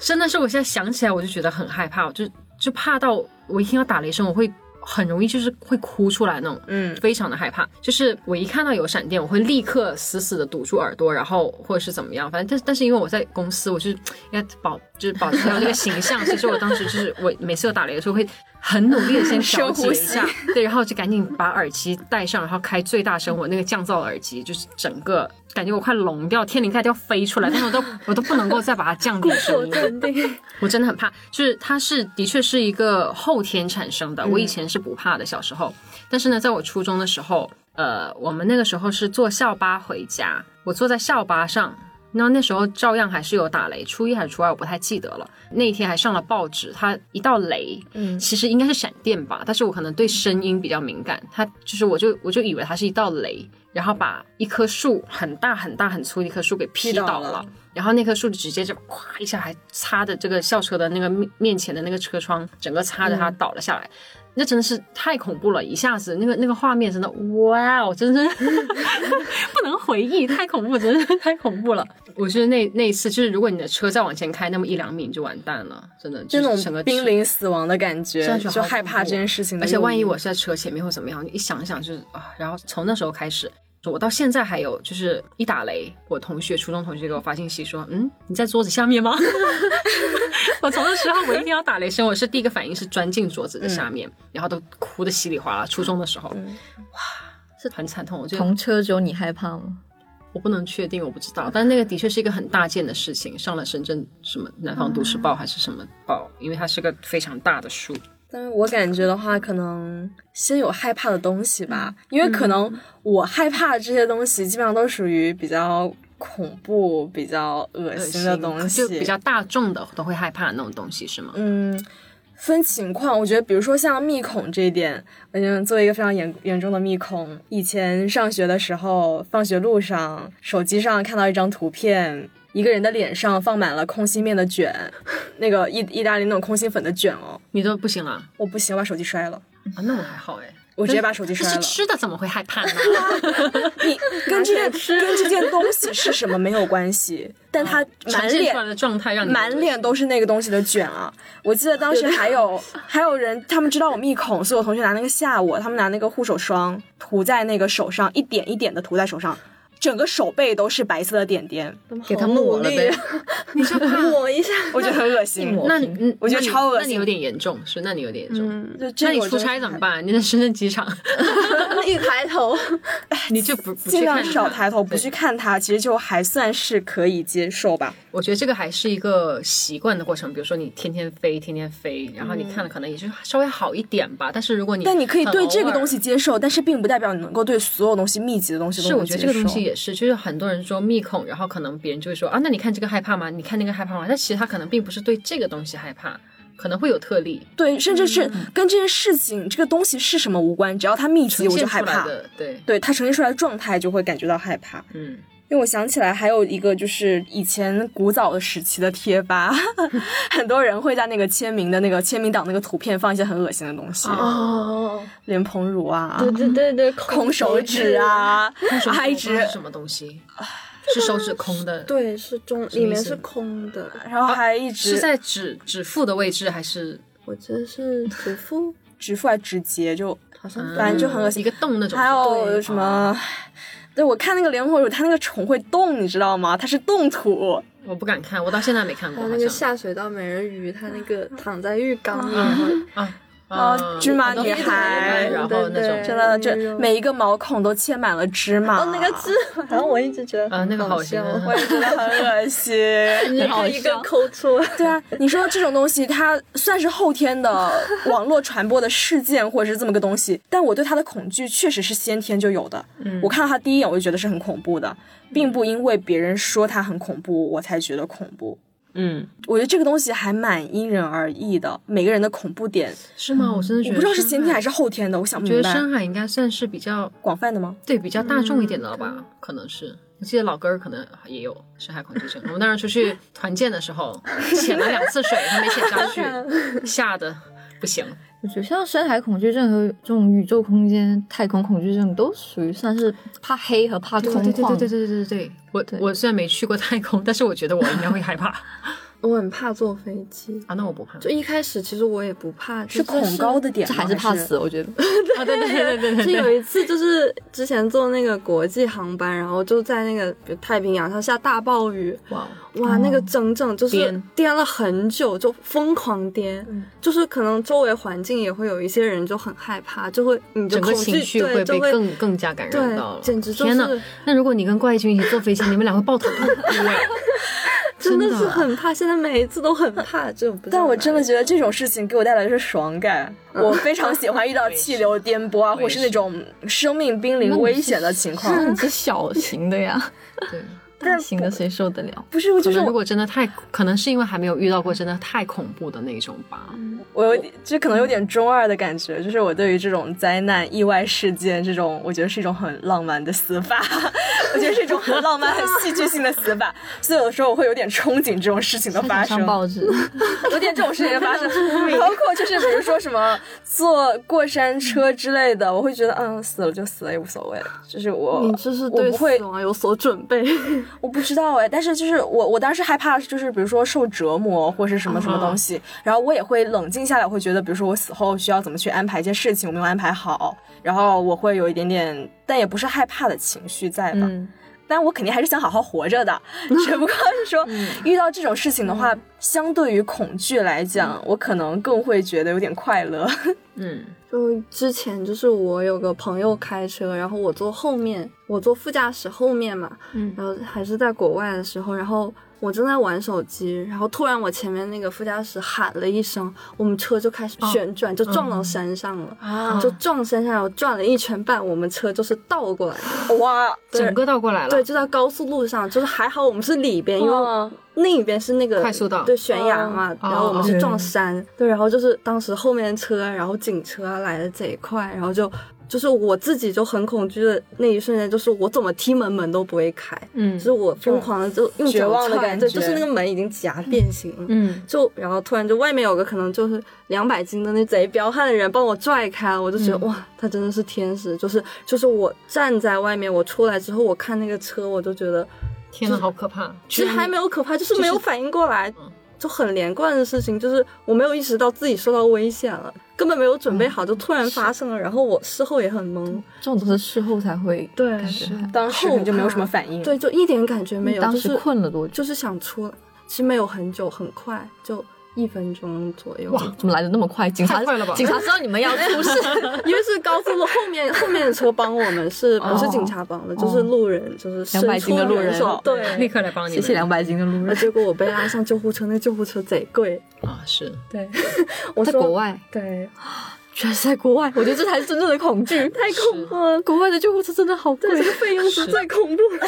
Speaker 3: 真的是我现在想起来我就觉得很害怕，我就就怕到我一听到打雷声，我会很容易就是会哭出来那种，
Speaker 1: 嗯
Speaker 3: 非常的害怕。就是我一看到有闪电，我会立刻死死的堵住耳朵，然后或者是怎么样，反正但是但是因为我在公司，我就是要保就是保持掉这个形象，所以说我当时就是我每次有打雷的时候会很努力的先调节一下， 对，然后就赶紧把耳机戴上，然后开最大声，我那个降噪耳机就是整个。感觉我快聋掉，天灵盖都要飞出来，但是我都我都不能够再把它降 低声音。
Speaker 4: 定。
Speaker 3: 我真的很怕，就是它是的确是一个后天产生的，我以前是不怕的，小时候。但是呢，在我初中的时候，呃，我们那个时候是坐校巴回家，我坐在校巴上，那那时候照样还是有打雷，初一还是初二我不太记得了。那一天还上了报纸，它一道雷，
Speaker 1: 嗯
Speaker 3: 其实应该是闪电吧，但是我可能对声音比较敏感，它就是我就我就以为它是一道雷，然后把一棵树很大很大很粗的一棵树给劈
Speaker 1: 劈倒
Speaker 3: 倒
Speaker 1: 了
Speaker 3: 了。然后那棵树直接就咵一下，还擦的这个校车的那个面面前的那个车窗，整个擦着它
Speaker 1: 嗯
Speaker 3: 倒了下来，那真的是太恐怖了！一下子那个那个画面真的，哇哦，真是 不能回忆，太恐怖，真是太恐怖了。我觉得那那一次就是，如果你的车再往前开那么一两米，你就完蛋了，真的，
Speaker 1: 这
Speaker 3: 就是整个
Speaker 1: 种濒
Speaker 3: 车
Speaker 1: 临死亡的感觉
Speaker 3: 真的，觉得
Speaker 1: 就
Speaker 3: 好
Speaker 1: 害
Speaker 3: 恐
Speaker 1: 怕
Speaker 3: 怖
Speaker 1: 这件事情的
Speaker 3: 而
Speaker 1: 诱因。
Speaker 3: 且万一我是在车前面或怎么样，你一想一想就是啊，然后从那时候开始，我到现在还有就是一打雷，我同学初中同学给我发信息说，嗯，你在桌子下面吗？ 我从那时候我一听到打雷声，我是第一个反应是钻进桌子的
Speaker 1: 嗯
Speaker 3: 下面，然后都哭的稀里哗啦。初中的时候，哇，是很惨痛，我觉得
Speaker 2: 同车只有你害怕吗？
Speaker 3: 我不能确定，我不知道，但那个的确是一个很大件的事情，上了深圳什么南方都市
Speaker 1: 啊
Speaker 3: 报还是什么报，因为它是个非常大的树。
Speaker 1: 但是我感觉的话，可能先有害怕的东西吧，
Speaker 3: 嗯
Speaker 1: 因为可能我害怕的这些东西，基本上都属于比较恐怖、比较恶心的东西，
Speaker 3: 呃就比较大众的都会害怕那种东西，是吗？
Speaker 1: 嗯。分情况，我觉得，比如说像密恐这一点，嗯，作为一个非常严严重的密恐，以前上学的时候，放学路上，手机上看到一张图片，一个人的脸上放满了空心面的卷，那个意意大利那种空心粉的卷哦，
Speaker 3: 你都不行了，啊，
Speaker 1: 我不行，我把手机摔了，
Speaker 3: 那我还好哎，
Speaker 1: 我直接把手机
Speaker 3: 这
Speaker 1: 摔
Speaker 3: 是
Speaker 1: 了。
Speaker 3: 吃的怎么会害怕呢？
Speaker 1: 你跟这件跟这件东西是什么没有关 系，但它 满
Speaker 3: 呈现
Speaker 1: 脸
Speaker 3: 出来的状态让你
Speaker 1: 满脸都是那个东西的卷啊！我记得当时还 有还有人，他们知道我密孔，所以我同学拿那个吓我，他们拿那个护手霜涂在那个手上，一点一点的涂在手上，整个手背都是白色的点 点，
Speaker 2: 给他抹了 呗，
Speaker 4: 你就抹一下。
Speaker 1: 我觉得很恶
Speaker 2: 一
Speaker 1: 心。
Speaker 2: 抹
Speaker 3: 那
Speaker 2: 平
Speaker 3: 你
Speaker 1: 我觉得
Speaker 3: 那你
Speaker 1: 超恶心
Speaker 3: 那你有点严重，是？那你有点严重。
Speaker 4: 嗯，
Speaker 1: 就这个
Speaker 3: 那你
Speaker 1: 我
Speaker 3: 出
Speaker 1: 真的
Speaker 3: 差怎么办？你在深圳机 场，
Speaker 4: 一抬头，
Speaker 3: 你就不不
Speaker 1: 尽
Speaker 3: 去
Speaker 1: 量
Speaker 3: 看
Speaker 1: 少
Speaker 3: 它
Speaker 1: 抬头，不
Speaker 3: 对
Speaker 1: 去看它，其实就还算是可以接受吧。
Speaker 3: 我觉得这个还是一个习惯的过程。比如说你天天飞，天天飞，然后你看了可能也就稍微好一点吧。但是如果你
Speaker 1: 嗯但你可以
Speaker 3: 很
Speaker 1: 对
Speaker 3: 偶
Speaker 1: 这个
Speaker 3: 尔
Speaker 1: 东西接受，但是并不代表你能够对所有东西密集的东西都
Speaker 3: 是，
Speaker 1: 能
Speaker 3: 我觉得
Speaker 1: 接
Speaker 3: 这个东
Speaker 1: 受
Speaker 3: 西也是，就是很多人说密恐，然后可能别人就会说啊，那你看这个害怕吗？你看那个害怕吗？但其实他可能并不是对这个东西害怕，可能会有特例
Speaker 1: 对，甚至是跟这件事情、这个东西是什么无关，只要它密集，
Speaker 3: 嗯呈
Speaker 1: 我就
Speaker 3: 现
Speaker 1: 害
Speaker 3: 出来
Speaker 1: 怕。
Speaker 3: 的。对，
Speaker 1: 对它呈现出来的状态，就会感觉到害怕。
Speaker 3: 嗯，
Speaker 1: 因为我想起来还有一个，就是以前古早的时期的贴吧， 很多人会在那个签名的那个签名档那个图片放一些很恶心的东西，
Speaker 4: 哦，
Speaker 1: 莲蓬乳啊、
Speaker 4: 对对对对，
Speaker 1: 空手指， 啊，还一直啊
Speaker 3: 是什么东西？是手指空的，，
Speaker 4: 对，是中
Speaker 3: 么意思
Speaker 4: 里面是空的。
Speaker 1: 然后还一直
Speaker 3: 哦是在指指腹的位置还是
Speaker 4: 我这是指腹，
Speaker 1: 指腹还指节，就
Speaker 4: 好像
Speaker 1: 嗯反正就很恶
Speaker 3: 嗯一
Speaker 1: 心。
Speaker 3: 个洞那种？
Speaker 1: 还有
Speaker 4: 对啊
Speaker 1: 什么？对，我看那个莲蓬乳，它那个虫会动，你知道吗？它是动土。
Speaker 3: 我不敢看，我到现在没看
Speaker 4: 还
Speaker 3: 过，
Speaker 4: 有
Speaker 3: 好
Speaker 4: 那个
Speaker 3: 像
Speaker 4: 下水道美人鱼，它那个躺在浴缸里，然后
Speaker 3: 啊
Speaker 1: 啊芝麻女孩
Speaker 3: 然后那种
Speaker 4: 对
Speaker 1: 真的，这
Speaker 4: 哎呦
Speaker 1: 每一个毛孔都嵌满了芝麻。
Speaker 4: 哦，那个 字，然后我一直觉得
Speaker 3: 啊那个好
Speaker 4: 好
Speaker 3: 笑
Speaker 4: 笑，
Speaker 1: 我 也觉得很恶 心。
Speaker 4: 一
Speaker 2: 好
Speaker 4: 个一个
Speaker 2: 笑
Speaker 4: 抠出来。
Speaker 1: 对啊，你说这种东西，它算是后天的网络传播的事件，或者是这么个东西，但我对它的恐惧确实是先天就有的。嗯，我看到它第一
Speaker 4: 嗯
Speaker 1: 眼我就觉得是很恐怖的，并不因为别人说它很恐怖我才觉得恐怖。
Speaker 3: 嗯，
Speaker 1: 我觉得这个东西还蛮因人而异的，每个人的恐怖点，
Speaker 3: 是吗？我真的
Speaker 1: 嗯
Speaker 3: 觉
Speaker 1: 我不
Speaker 3: 得
Speaker 1: 知道是
Speaker 3: 深
Speaker 1: 先天
Speaker 3: 海
Speaker 1: 还是后天的，我想不
Speaker 3: 觉
Speaker 1: 明
Speaker 3: 得
Speaker 1: 白。
Speaker 3: 深海应该算是比较
Speaker 1: 广泛的吗？
Speaker 3: 对比较大众一点的了
Speaker 4: 嗯
Speaker 3: 吧，可能是。我记得老根儿可能也有深海恐惧症，我们当时出去团建的时 候潜了两次水，他没潜下去，吓得不行。
Speaker 2: 我觉得像深海恐惧症和这种宇宙空间、太空恐惧症都属于算是怕黑和怕空旷。
Speaker 3: 对对对对，我我虽然没去过太空，但是我觉得我应该会 害怕啊。
Speaker 4: 我很怕坐飞机。
Speaker 3: 那我不怕。
Speaker 4: 就一开始其实我也不怕，
Speaker 1: 是
Speaker 4: 就
Speaker 1: 恐高的点
Speaker 2: 这
Speaker 1: 吗？
Speaker 2: 还是怕死，我觉得。
Speaker 3: 啊，对对对对对
Speaker 4: 是
Speaker 3: 对，
Speaker 4: 有一次，就是之前坐那个国际航班，然后就在那个比如太平洋上下大暴雨，
Speaker 3: 哇，
Speaker 4: 哇，那个整整就是
Speaker 3: 颠嗯
Speaker 4: 颠了很久，就疯狂颠，就是可能周围环境也会有一些人就很害怕，就会你的
Speaker 3: 整个
Speaker 4: 恐
Speaker 3: 情
Speaker 4: 惧
Speaker 3: 绪
Speaker 4: 对
Speaker 3: 会
Speaker 4: 就
Speaker 3: 被
Speaker 4: 会
Speaker 3: 更更加感染到了，
Speaker 4: 对，简直就
Speaker 3: 天哪
Speaker 4: 是！
Speaker 3: 那如果你跟怪异君一起坐飞机，你们俩会抱头 痛哭哎，
Speaker 4: 真的
Speaker 3: 真的
Speaker 4: 是很怕，现在每一次都很怕，就不知道
Speaker 1: 但我
Speaker 4: 哪
Speaker 1: 真的
Speaker 4: 里
Speaker 1: 觉得这种事情给我带来的是爽感，我非常喜欢遇到气流颠簸啊，
Speaker 3: 我也是
Speaker 1: 或是那种生命濒临危险的情况。
Speaker 2: 是小型的 呀，
Speaker 3: 对。
Speaker 2: 大型的谁受得了？
Speaker 1: 不是，我
Speaker 3: 可
Speaker 1: 就是
Speaker 3: 能如
Speaker 1: 我
Speaker 3: 果真的太，可能是因为还没有遇到过真的太恐怖的那种吧。
Speaker 4: 嗯
Speaker 1: 我有点，这可能有点中二的感觉，就是我对于这种灾难、意外事件这种，我觉得是一种很浪漫的死法， 我觉得是一种很浪漫、很戏剧性的死法，所以有的时候我会有点憧憬这种事情的发
Speaker 2: 还想
Speaker 1: 生
Speaker 2: 上。报纸，
Speaker 1: 有点这种事情发 生，包括就是比如说什么坐过山车之类的，我会觉得嗯死了就死了也无所谓，就是我
Speaker 4: 你就是
Speaker 1: 我
Speaker 4: 对
Speaker 1: 不会
Speaker 4: 死亡有所准备，
Speaker 1: 我不知道哎，但是就是我我当时害怕就是比如说受折磨或是什么什
Speaker 3: 嗯
Speaker 1: 么东西，然后我也会冷静下来，我会觉得比如说我死后需要怎么去安排一些事情，我没有安排好，然后我会有一点点，但也不是害怕的情绪在吧，
Speaker 3: 嗯，
Speaker 1: 但我肯定还是想好好活着 的，只不过是说、
Speaker 3: 嗯
Speaker 1: 遇到这种事情的话，相对于恐惧来讲，我可能更会觉得有点快乐。
Speaker 3: 嗯，
Speaker 4: 就之前就是我有个朋友开车，然后我坐后面，我坐副驾驶后面嘛，
Speaker 2: 嗯
Speaker 4: 然后还是在国外的时候，然后我正在玩手机，然后突然我前面那个副驾驶喊了一声，我们车就开始旋转，就撞到山上了，
Speaker 1: 啊
Speaker 4: 就撞山上，然后转了一圈半，我们车就是倒过来 的，
Speaker 1: 哇，
Speaker 4: 对
Speaker 3: 整个倒过来了，
Speaker 4: 对，就在高速路上，就是还好我们是里边，因为
Speaker 1: 嗯
Speaker 4: 另一边是那个
Speaker 3: 快速道哦
Speaker 4: 对悬
Speaker 1: 哦
Speaker 4: 崖嘛，然后我们是撞山，对，然后就是当时后面车，然后警车啊来的贼快，然后就就是我自己就很恐惧的那一瞬间，就是我怎么踢门门都不会开，
Speaker 3: 嗯
Speaker 4: 就是我疯狂的就用
Speaker 1: 绝
Speaker 4: 脚
Speaker 1: 望的
Speaker 4: 踹
Speaker 1: 感
Speaker 4: 对，
Speaker 1: 觉
Speaker 4: 就是那个门已经夹变形了，
Speaker 3: 嗯，
Speaker 4: 就然后突然就外面有个可能就是两百斤的那贼彪悍的人帮我拽开了，我就觉
Speaker 1: 嗯
Speaker 4: 得、哇，他真的是天使，就是就是我站在外面，我出来之后，我看那个车，我就觉得
Speaker 3: 天哪，好可怕！
Speaker 4: 其实还没有可怕，就是
Speaker 3: 是
Speaker 4: 没有反应过来，
Speaker 3: 嗯
Speaker 4: 就很连贯的事情，就是我没有意识到自己受到危险了，根本没有
Speaker 2: 嗯
Speaker 4: 准备好，就突然发生了，然后我事后也很懵，
Speaker 2: 这种都是事后才会
Speaker 4: 对
Speaker 2: 感觉。
Speaker 1: 当时可能就没有什么反应。
Speaker 4: 对，就一点感觉没有，
Speaker 2: 当
Speaker 4: 就
Speaker 2: 时
Speaker 4: 是
Speaker 2: 困了多久？
Speaker 4: 就是想出来，其实没有很久，很快就一分钟左右，
Speaker 2: 怎么来的那么快？警察
Speaker 3: 太快了吧
Speaker 2: 警察知道你们要出事，
Speaker 4: 因为是高速路后面后面的车帮我们，是不是
Speaker 2: 哦
Speaker 4: 警察帮的，就是路人，就是伸
Speaker 2: 200斤的
Speaker 4: 出
Speaker 2: 路人哦
Speaker 4: 援手 对。
Speaker 3: 立刻来帮你
Speaker 2: 谢
Speaker 3: 们，
Speaker 2: 谢两百斤的路
Speaker 4: 啊
Speaker 2: 人。
Speaker 4: 结果我被拉上救护车，那救护车贼贵。
Speaker 3: 啊！是，
Speaker 4: 对，我
Speaker 2: 在
Speaker 4: 说
Speaker 2: 国外，
Speaker 4: 对，
Speaker 2: 居然是在国外，我觉得这 才是真正的恐惧。
Speaker 4: 太恐怖了，
Speaker 2: 国外的救护车真的好贵，
Speaker 4: 对，这个费用是最恐怖的。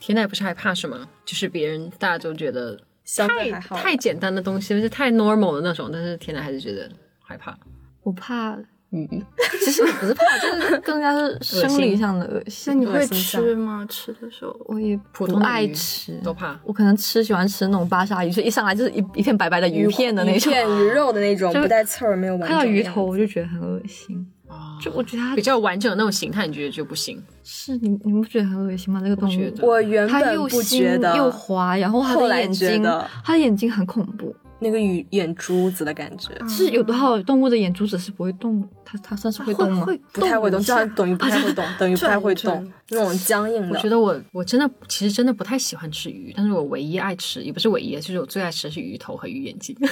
Speaker 3: 天奈不是害怕是吗？就是别人大家都觉得
Speaker 1: 相对
Speaker 3: 太
Speaker 1: 还好吧
Speaker 3: 太简单的东西，就是太 normal 的那种，但是天奈还是觉得害怕。
Speaker 2: 我怕
Speaker 1: 嗯
Speaker 2: 鱼， 其实也不是怕，就是更加是生理上的恶
Speaker 4: 那
Speaker 2: 心。
Speaker 4: 你
Speaker 1: 恶
Speaker 4: 会
Speaker 1: 心上
Speaker 4: 吃吗？ 吃的时候，
Speaker 2: 我也
Speaker 3: 普
Speaker 2: 不
Speaker 3: 通的
Speaker 2: 爱
Speaker 3: 鱼
Speaker 2: 吃，
Speaker 3: 都怕
Speaker 2: 我可能吃喜欢吃那种巴沙鱼，就一上来就是一一片白白的鱼片的那种
Speaker 1: 鱼，片鱼肉的那种，
Speaker 2: 就
Speaker 1: 不带刺儿，没有完
Speaker 2: 看
Speaker 1: 整
Speaker 2: 到
Speaker 1: 的样
Speaker 2: 鱼
Speaker 1: 子。
Speaker 2: 头我就觉得很恶心。
Speaker 3: 啊
Speaker 2: 就我觉得它
Speaker 3: 比较完整的那种形态，你觉得就不行？
Speaker 2: 是你你们不觉得很恶心吗？那个动
Speaker 3: 觉
Speaker 2: 物
Speaker 3: 得。
Speaker 1: 我原
Speaker 2: 它
Speaker 1: 本
Speaker 2: 又
Speaker 1: 不
Speaker 2: 腥
Speaker 1: 觉得，
Speaker 2: 又滑，然后它
Speaker 1: 后
Speaker 2: 的
Speaker 1: 来
Speaker 2: 眼
Speaker 1: 觉
Speaker 2: 睛
Speaker 1: 得，
Speaker 2: 它的眼睛很恐怖，
Speaker 1: 那个鱼眼珠子的感觉，
Speaker 2: 是有多少动物的眼珠子是不会动的，它它算是会动吗？啊
Speaker 4: 会
Speaker 1: 不太会动，
Speaker 4: 一
Speaker 1: 就它
Speaker 4: 下
Speaker 1: 等于不太会动，等于不太会
Speaker 4: 转一
Speaker 1: 动，那种僵硬
Speaker 3: 我
Speaker 1: 的
Speaker 3: 觉。得我我真的其实真的不太喜欢吃鱼，但是我唯一爱吃也不是唯一，就是我最爱吃的是鱼头和鱼眼睛。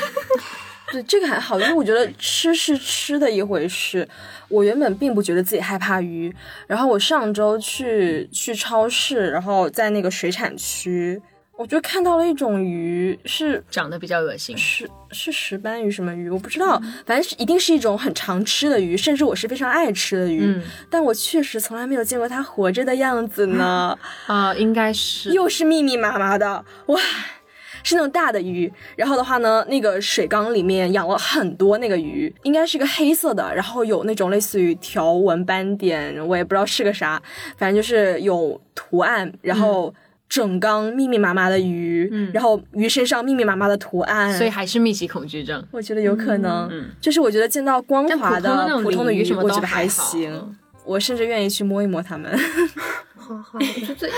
Speaker 1: 对，这个还好，因为我觉得吃是吃的一回事。我原本并不觉得自己害怕鱼，然后我上周去去超市，然后在那个水产区，我就看到了一种鱼，是
Speaker 3: 长得比较恶心，
Speaker 1: 是是石斑鱼什么鱼，我不知道，
Speaker 3: 嗯
Speaker 1: 反正是一定是一种很常吃的鱼，甚至我是非常爱吃的鱼，
Speaker 3: 嗯
Speaker 1: 但我确实从来没有见过它活着的样子呢，
Speaker 3: 啊、应该是
Speaker 1: 又是密密麻麻的，哇！是那种大的鱼。然后的话呢，那个水缸里面养了很多那个鱼，应该是个黑色的，然后有那种类似于条纹斑点，我也不知道是个啥，反正就是有图案，
Speaker 3: 嗯
Speaker 1: 然后整缸密密麻麻的鱼，然后鱼身上密密麻麻的图案，
Speaker 3: 所以还是密集恐惧症。
Speaker 1: 我觉得有可能，就是我觉得见到光
Speaker 3: 嗯但普
Speaker 1: 滑
Speaker 3: 通的那
Speaker 1: 的
Speaker 3: 种
Speaker 1: 普通的
Speaker 3: 鲤
Speaker 1: 鱼，
Speaker 3: 鱼什么
Speaker 1: 我
Speaker 3: 都
Speaker 1: 觉得
Speaker 3: 还
Speaker 1: 还
Speaker 3: 好嗯
Speaker 1: 行，我甚至愿意去摸一摸它们。
Speaker 4: 花花，我觉得这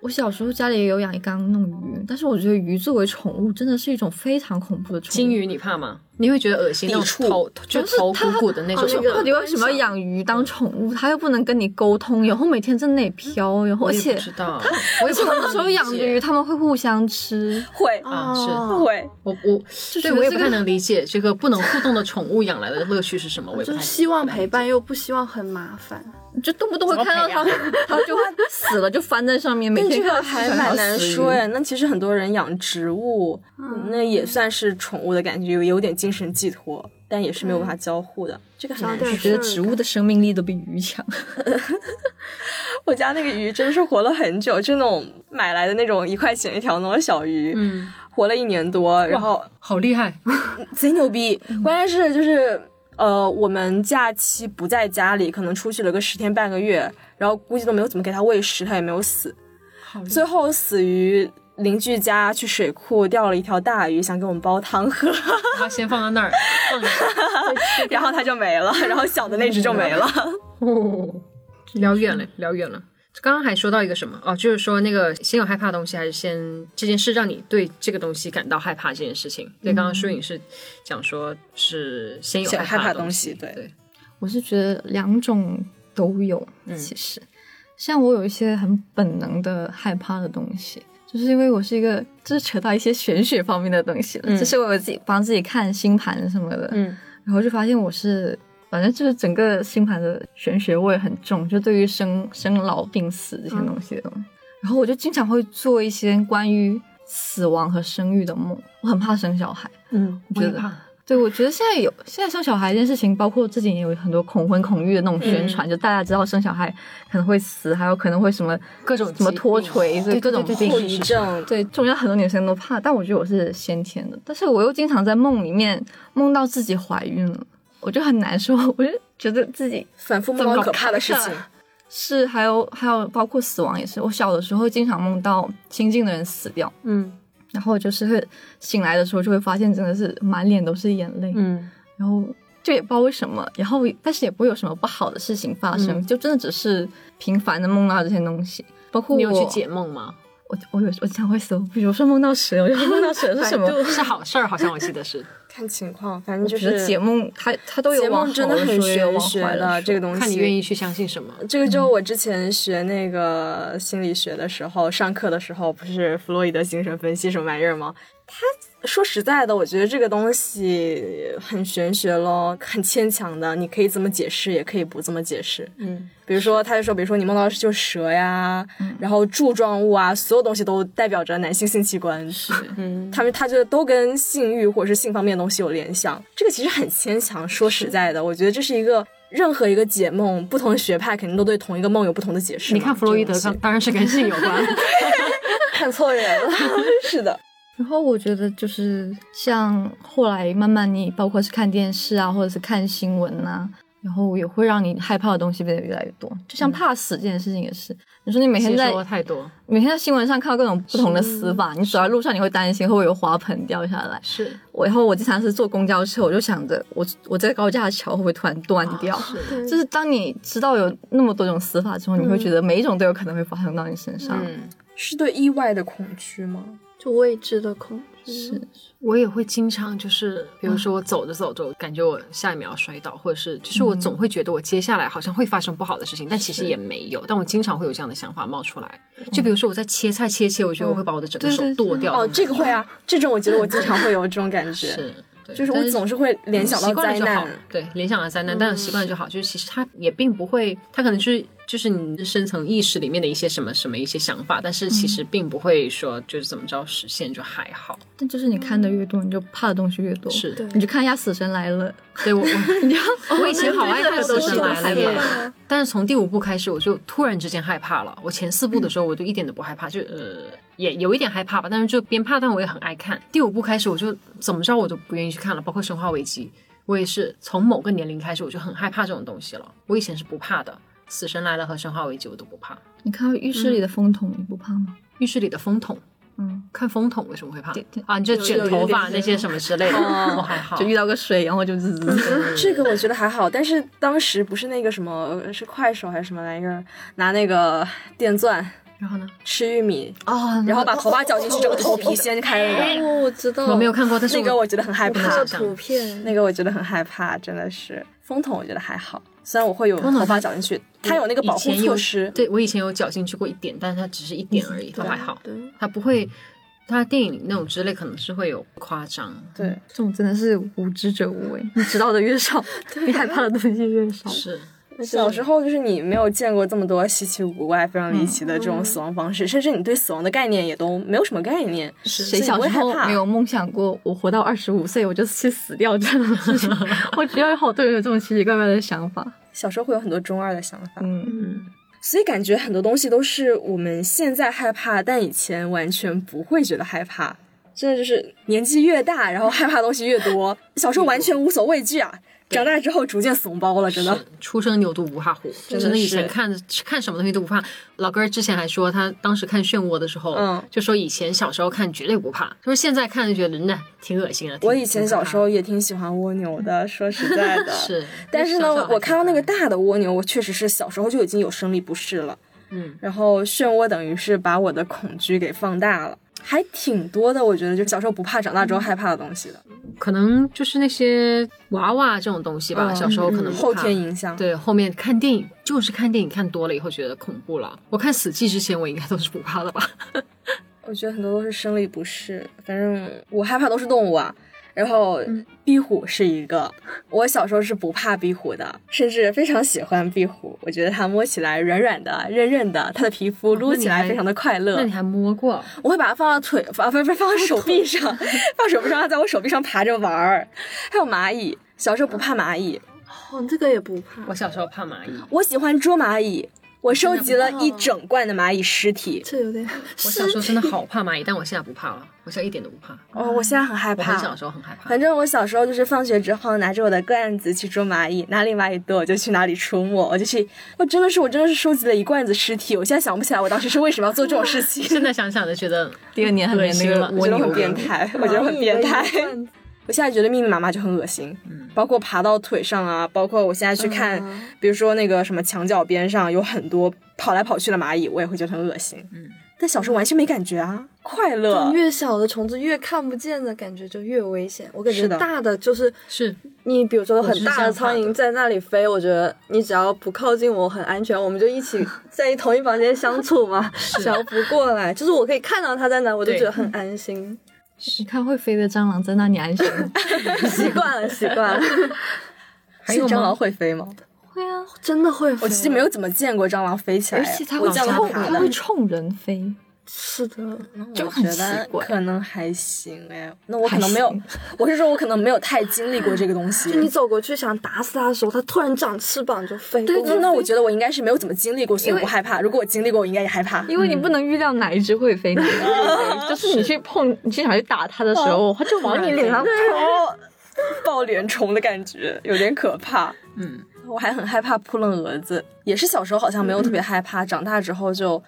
Speaker 2: 我小时候家里也有养一缸那种鱼，但是我觉得鱼作为宠物真的是一种非常恐怖的宠物。
Speaker 3: 金鱼你怕吗？你会觉得恶心，
Speaker 1: 抵
Speaker 3: 那
Speaker 1: 触
Speaker 3: 种头就头
Speaker 2: 它
Speaker 3: 鼓鼓的那
Speaker 4: 哦那
Speaker 3: 种嗯
Speaker 4: 个
Speaker 2: 到底为什么要养鱼当宠物？它又不能跟你沟通，然后每天在那里飘，然后
Speaker 3: 我
Speaker 2: 而
Speaker 3: 也
Speaker 2: 且
Speaker 3: 不知道，
Speaker 2: 而且有时候养的鱼它们会互相吃，
Speaker 1: 会
Speaker 3: 啊是
Speaker 4: 哦
Speaker 1: 会，
Speaker 3: 我我
Speaker 2: 觉
Speaker 3: 对
Speaker 2: 得
Speaker 3: 我也
Speaker 2: 这
Speaker 3: 不
Speaker 2: 个
Speaker 3: 太能理解这个不能互动的宠物养来的乐趣是什么，我也不
Speaker 4: 就
Speaker 3: 太
Speaker 4: 是希望
Speaker 3: 不太
Speaker 4: 陪伴又不希望很麻烦。
Speaker 2: 就动不动会看到它
Speaker 3: 怎么，
Speaker 2: 它就会死了就翻在上面，每
Speaker 1: 但
Speaker 2: 天
Speaker 1: 这个
Speaker 2: 看到
Speaker 1: 还
Speaker 2: 吃
Speaker 1: 蛮
Speaker 2: 到
Speaker 1: 难
Speaker 2: 死鱼
Speaker 1: 说呀。那其实很多人养植物，
Speaker 3: 嗯
Speaker 1: 那也算是宠物的感觉，有点精神寄托，但也是没有办
Speaker 3: 嗯
Speaker 1: 法交互的。这个很
Speaker 4: 找
Speaker 1: 难
Speaker 4: 点
Speaker 1: 说
Speaker 2: 我觉得植物的生命力都比鱼强。
Speaker 1: 我家那个鱼真的是活了很久，就那种买来的那种一块钱一条那种小鱼，
Speaker 3: 嗯，
Speaker 1: 活了一年多，然后
Speaker 3: 好厉害，
Speaker 1: 贼牛逼。关键是就是呃，我们假期不在家里，可能出去了个十天半个月，然后估计都没有怎么给它喂食，它也没有死。
Speaker 3: 好厉
Speaker 1: 最后死于邻居家去水库钓了一条大鱼，想给我们煲汤喝，
Speaker 3: 害，它先放在那儿，放着
Speaker 1: 然后它就没了，然后小的那只就没了。
Speaker 3: 哦，聊远了，聊远了。刚刚还说到一个什么哦，就是说那个先有害怕的东西，还是先这件事让你对这个东西感到害怕这件事情。对，刚刚舒颖是讲说是先有
Speaker 1: 先有害怕
Speaker 3: 怕
Speaker 1: 的
Speaker 3: 的
Speaker 1: 东
Speaker 3: 西
Speaker 1: 西，对
Speaker 3: 对，
Speaker 2: 我是觉得两种都有，
Speaker 3: 嗯
Speaker 2: 其实，像我有一些很本能的害怕的东西，就是因为我是一个，就是扯到一些玄学方面的东西了，
Speaker 3: 嗯
Speaker 2: 就是我有自己帮自己看星盘什么的，
Speaker 3: 嗯
Speaker 2: 然后就发现我是。反正就是整个星盘的玄学味很重，就对于生生老病死这些东西的
Speaker 3: 嗯
Speaker 2: 东西。然后我就经常会做一些关于死亡和生育的梦，我很怕生小孩，
Speaker 1: 嗯，
Speaker 2: 我
Speaker 3: 我
Speaker 2: 觉
Speaker 3: 也
Speaker 2: 得
Speaker 3: 怕。
Speaker 2: 对，我觉得现在有现在生小孩这件事情，包括最近也有很多恐婚恐育的那种宣
Speaker 3: 嗯
Speaker 2: 传，就大家知道生小孩可能会死，还有可能会什么
Speaker 3: 各种
Speaker 2: 什么
Speaker 3: 疾病
Speaker 2: 脱垂，所以各种
Speaker 3: 对对
Speaker 2: 病
Speaker 1: 后
Speaker 3: 对。
Speaker 1: 遗症，
Speaker 2: 对，这种要很多女生都怕，但我觉得我是先天的，但是我又经常在梦里面梦到自己怀孕了，我就很难受，我就觉得自己
Speaker 1: 反复梦到可怕的事
Speaker 2: 怎
Speaker 1: 情
Speaker 2: 么。是，还有还有包括死亡也是，我小的时候经常梦到亲近的人死掉，
Speaker 3: 嗯
Speaker 2: 然后就是会醒来的时候就会发现真的是满脸都是眼泪，
Speaker 3: 嗯，
Speaker 2: 然后就也不知道为什么，然后但是也不会有什么不好的事情发生，
Speaker 3: 嗯
Speaker 2: 就真的只是频繁的梦到这些东西。包括我，
Speaker 3: 你有去解梦吗？
Speaker 2: 我我有我经常会死，我不我说梦到蛇，我就说梦到 蛇是什么？
Speaker 4: 百度
Speaker 3: 是好事儿，好像我记得 是
Speaker 1: 看情况，反正
Speaker 2: 我
Speaker 1: 就
Speaker 2: 觉得
Speaker 1: 是
Speaker 2: 解梦，它它都有
Speaker 1: 解
Speaker 2: 往
Speaker 1: 梦
Speaker 2: 好
Speaker 1: 真的很
Speaker 2: 说也有
Speaker 1: 玄
Speaker 2: 往
Speaker 1: 学
Speaker 2: 坏
Speaker 1: 的
Speaker 2: 说
Speaker 1: 这个东西，
Speaker 3: 看你愿意去相信什么。
Speaker 1: 这个就是我之前学那个心理学的时候，上课的时候不是弗洛伊德精神分析什么玩意儿吗？他说实在的，我觉得这个东西很玄学咯，很牵强的，你可以这么解释，也可以不这么解释。
Speaker 3: 嗯，
Speaker 1: 比如说，他就说，比如说你梦到的是就是蛇呀，然后柱状物啊，所有东西都代表着男性性器官。
Speaker 2: 是
Speaker 1: 他们他觉得都跟性欲或者是性方面的东西有联想，这个其实很牵强。说实在的，我觉得这是一个任何一个解梦，不同的学派肯定都对同一个梦有不同的解释嘛。
Speaker 3: 你看弗洛伊德
Speaker 1: 这种
Speaker 3: 当当然是跟性有 关，
Speaker 4: 看错人 了，
Speaker 1: 东西是的，
Speaker 2: 然后我觉得就是像后来慢慢你包括是看电视啊，或者是看新闻呐、然后也会让你害怕的东西变得越来越多。就
Speaker 3: 嗯
Speaker 2: 像怕死这件事情也是，你说你每天
Speaker 3: 吸
Speaker 2: 在
Speaker 3: 收了太多。
Speaker 2: 每天在新闻上看到各种不同的死法，你走在路上你会担心会不会有花盆掉下来。
Speaker 3: 是
Speaker 2: 我然后我经常是坐公交车，我就想着我我在高架桥会不会突然断
Speaker 3: 啊
Speaker 2: 掉。
Speaker 4: 对
Speaker 2: 就是当你知道有那么多种死法之后，你会觉得每一种都有可能会发生到你身上。
Speaker 3: 嗯，
Speaker 1: 是对意外的恐惧吗？
Speaker 4: 就未知的恐惧。
Speaker 2: 是，
Speaker 3: 我也会经常就是，比如说我走着走着，我感觉我下一秒要摔倒，或者是就是我总会觉得我接下来好像会发生不好的事情，但其实也没有，但我经常会有这样的想法冒出来。就比如说我在切菜切切，我觉得我会把我的整个
Speaker 2: 对
Speaker 3: 手
Speaker 2: 对
Speaker 3: 剁掉。
Speaker 1: 哦，这个会啊，这种我觉得我经常会有这种感觉，
Speaker 3: 是，对
Speaker 1: 就是
Speaker 3: 但
Speaker 1: 我总是会联想到
Speaker 3: 习惯了
Speaker 1: 灾
Speaker 3: 就好
Speaker 1: 难。，嗯
Speaker 3: 对，联想到灾难，但是习惯了就好。就是其实它也并不会，它可能就是就是你深层意识里面的一些什么什么一些想法，但是其
Speaker 1: 嗯
Speaker 3: 实并不会说就是怎么着实现就还好。
Speaker 2: 但就是你看的越多，你就怕的东西越多。
Speaker 3: 是，
Speaker 4: 对
Speaker 2: 你去看一下《死神来了》，
Speaker 3: 对我我
Speaker 2: 我
Speaker 1: 哦
Speaker 3: 以前好爱看《死神来了》
Speaker 4: 对
Speaker 3: 耶，
Speaker 4: 啊
Speaker 3: 但是从第五部开始，我就突然之间害怕了。我前四部的时候，我就一点都不害怕，就呃也有一点害怕吧，但是就边怕，但我也很爱看。第五部开始，我就怎么着我都不愿意去看了，包括《生化危机》，我也是从某个年龄开始，我就很害怕这种东西了。我以前是不怕的，《死神来了》和《生化危机》我都不怕。
Speaker 2: 你看到浴室
Speaker 1: 嗯
Speaker 2: 里的风筒，你不怕吗？
Speaker 3: 浴室里的风筒，
Speaker 2: 嗯，
Speaker 3: 看风筒为什么会怕
Speaker 2: 对对
Speaker 3: 啊？你就卷
Speaker 4: 有有
Speaker 3: 头
Speaker 4: 点
Speaker 3: 发那些什么之类的，
Speaker 1: 哦
Speaker 3: 我还好。
Speaker 2: 就遇到个水，然后就滋滋 滋。
Speaker 1: 这个我觉得还好，但是当时不是那个什么，呃是快手还是什么来着？拿那个电钻
Speaker 3: 然后呢？
Speaker 1: 吃玉米，
Speaker 3: 哦，
Speaker 1: 然后把头发绞进去，整个头皮掀开 那个，
Speaker 4: 哦，我知道，
Speaker 3: 我没有看过，但是
Speaker 1: 那个我觉得很害
Speaker 4: 我看过
Speaker 1: 怕，
Speaker 4: 图片，
Speaker 1: 那个我觉得很害怕，真的是风筒我觉得还好，虽然我会有
Speaker 3: 风筒
Speaker 1: 头发
Speaker 3: 它
Speaker 1: 绞进去，它有那个保护
Speaker 3: 以前有
Speaker 1: 措施，
Speaker 3: 对我以前有绞进去过一点，但是它只是一点而已，它还好，
Speaker 4: 对，
Speaker 3: 它不会，它电影那种之类可能是会有夸张。
Speaker 1: 对。
Speaker 2: 这种真的是无知者无畏，你知道的越 少，你害怕的东西越少。
Speaker 3: 是，
Speaker 1: 小时候就是你没有见过这么多稀奇古怪、非常离
Speaker 3: 嗯
Speaker 1: 奇的这种死亡方式，甚至你对死亡的概念也都没有什么概念。
Speaker 2: 谁小时候没有梦想过，我活到二十五岁我就去死掉这种事情？ 我觉得有好多人有这种奇奇怪怪的想法。
Speaker 1: 小时候会有很多中二的想法，
Speaker 2: 嗯，
Speaker 1: 所以感觉很多东西都是我们现在害怕，但以前完全不会觉得害怕。真的就是年纪越大，然后害怕的东西越多。小时候完全无所畏惧啊，长大之后逐渐怂包了，真的
Speaker 3: 是。初生牛犊不怕虎，真
Speaker 1: 的
Speaker 3: 的以
Speaker 1: 是
Speaker 3: 前看看什么东西都不怕。老哥儿之前还说，他当时看《漩涡》的时候，
Speaker 1: 嗯
Speaker 3: 就说以前小时候看绝对不怕，就是现在看就觉得呢挺恶心的。挺
Speaker 1: 我以前小时。
Speaker 3: 挺可怕的
Speaker 1: 候也挺喜欢蜗牛的，说实在的。
Speaker 3: 是，
Speaker 1: 但是
Speaker 3: 小
Speaker 1: 呢
Speaker 3: 时候，还
Speaker 1: 我看到那个
Speaker 3: 挺
Speaker 1: 大的蜗牛，我确实是小时候就已经有生理不适了。
Speaker 3: 嗯，
Speaker 1: 然后漩涡等于是把我的恐惧给放大了，还挺多的。我觉得就小时候不怕，长大之
Speaker 3: 嗯
Speaker 1: 后害怕的东西的，
Speaker 3: 可能就是那些娃娃这种东西吧，小时候可能
Speaker 1: 嗯
Speaker 3: 不
Speaker 1: 后
Speaker 3: 怕
Speaker 1: 天影响。
Speaker 3: 对，后面看电影就是看电影看多了以后觉得恐怖了。我看《死寂》之前，我应该都是不怕的吧？
Speaker 1: 我觉得很多都是生理不适，反正我害怕都是动物啊。然后
Speaker 3: 嗯
Speaker 1: 壁虎是一个，我小时候是不怕壁虎的，甚至非常喜欢壁虎。我觉得它摸起来软软的、韧韧的，它的皮肤撸起
Speaker 3: 哦那
Speaker 1: 来
Speaker 3: 你还
Speaker 1: 非常的快乐。
Speaker 3: 那你还摸过？
Speaker 1: 我会把它放到腿，放不是放到 手臂上，放手臂上，它在我手臂上爬着玩儿。还有蚂蚁，小时候不怕蚂蚁，
Speaker 4: 哦，这个也不怕，
Speaker 3: 我小时候怕蚂蚁，
Speaker 1: 我喜欢捉蚂蚁，
Speaker 3: 哦
Speaker 1: 我收集了一整罐的蚂蚁尸体。
Speaker 4: 这有点
Speaker 3: 我小时候真的好怕蚂蚁，但我现在不怕了，我现在一点都不怕。
Speaker 1: 哦，我现在很害
Speaker 3: 啊我
Speaker 1: 怕。
Speaker 3: 很小时候很害怕
Speaker 1: 反，正我小时候就是放学之后拿着我的罐子去捉蚂蚁，哪里蚂蚁多我就去哪里出没，我就去，我真的是我真的是收集了一罐子尸体，我现在想不起来我当时是为什么要做这种事情，
Speaker 3: 现在想想就觉得
Speaker 2: 第二年很
Speaker 3: 恶
Speaker 2: 连那
Speaker 3: 心了
Speaker 2: 个。
Speaker 1: 我
Speaker 2: 蜗
Speaker 1: 觉得
Speaker 2: 牛
Speaker 1: 很变态，我觉得很变态。我现在觉得密密麻麻就很恶心，包括爬到腿上啊，包括我现在去看，比如说那个什么墙角边上有很多跑来跑去的蚂蚁，我也会觉得很恶心。嗯，但小时候完全没感觉啊，快乐。
Speaker 4: 越小的虫子越看不见的感觉就越危险。我感觉
Speaker 1: 是的
Speaker 4: 大的就是
Speaker 3: 是
Speaker 4: 你，比如说
Speaker 3: 我是
Speaker 4: 很
Speaker 3: 这
Speaker 4: 大
Speaker 3: 样怕
Speaker 4: 的苍
Speaker 3: 的
Speaker 4: 蝇在那里飞，我觉得你只要不靠近我，很安全，我们就一起在同一房间相处嘛。只要不过来，就是我可以看到它在哪，我就
Speaker 3: 对
Speaker 4: 觉得很安心。
Speaker 2: 你看会飞的蟑螂在那里安心吗。
Speaker 4: 习惯了，习 惯了，
Speaker 3: 还有
Speaker 1: 是蟑
Speaker 3: 吗
Speaker 1: 螂会飞吗？
Speaker 2: 会啊，
Speaker 4: 真的会飞。
Speaker 1: 我其实没有怎么见过蟑螂飞起来
Speaker 2: 而
Speaker 1: 呀，
Speaker 2: 且它
Speaker 1: 我
Speaker 2: 会
Speaker 1: 见
Speaker 3: 往
Speaker 1: 过
Speaker 2: 冲，
Speaker 3: 下爬
Speaker 1: 爬
Speaker 2: 它
Speaker 1: 的
Speaker 2: 会，冲人飞，
Speaker 4: 是的，
Speaker 2: 就
Speaker 1: 我
Speaker 2: 很
Speaker 1: 觉
Speaker 2: 奇
Speaker 1: 得
Speaker 2: 怪。
Speaker 1: 可能还行哎。那我可能
Speaker 2: 还
Speaker 1: 没有
Speaker 2: 行，
Speaker 1: 我是说我可能没有太经历过这个东西。
Speaker 4: 就你走过去想打死它的时候，它突然长翅膀就飞过来。
Speaker 1: 那那我觉得我应该是没有怎么经历过，所以
Speaker 2: 因
Speaker 1: 我
Speaker 2: 为
Speaker 1: 不害怕。如果我经历过，我应该也害怕。
Speaker 2: 因为你不能预料哪一只会 飞，哪一只会飞，就是你去碰，你去想去打它的时候，它就往你脸上
Speaker 1: 哦， 抱脸虫的感觉有点可怕。
Speaker 3: 嗯，
Speaker 1: 我还很害怕扑棱蛾子，也是小时候好像没有特别害怕，长大之后就。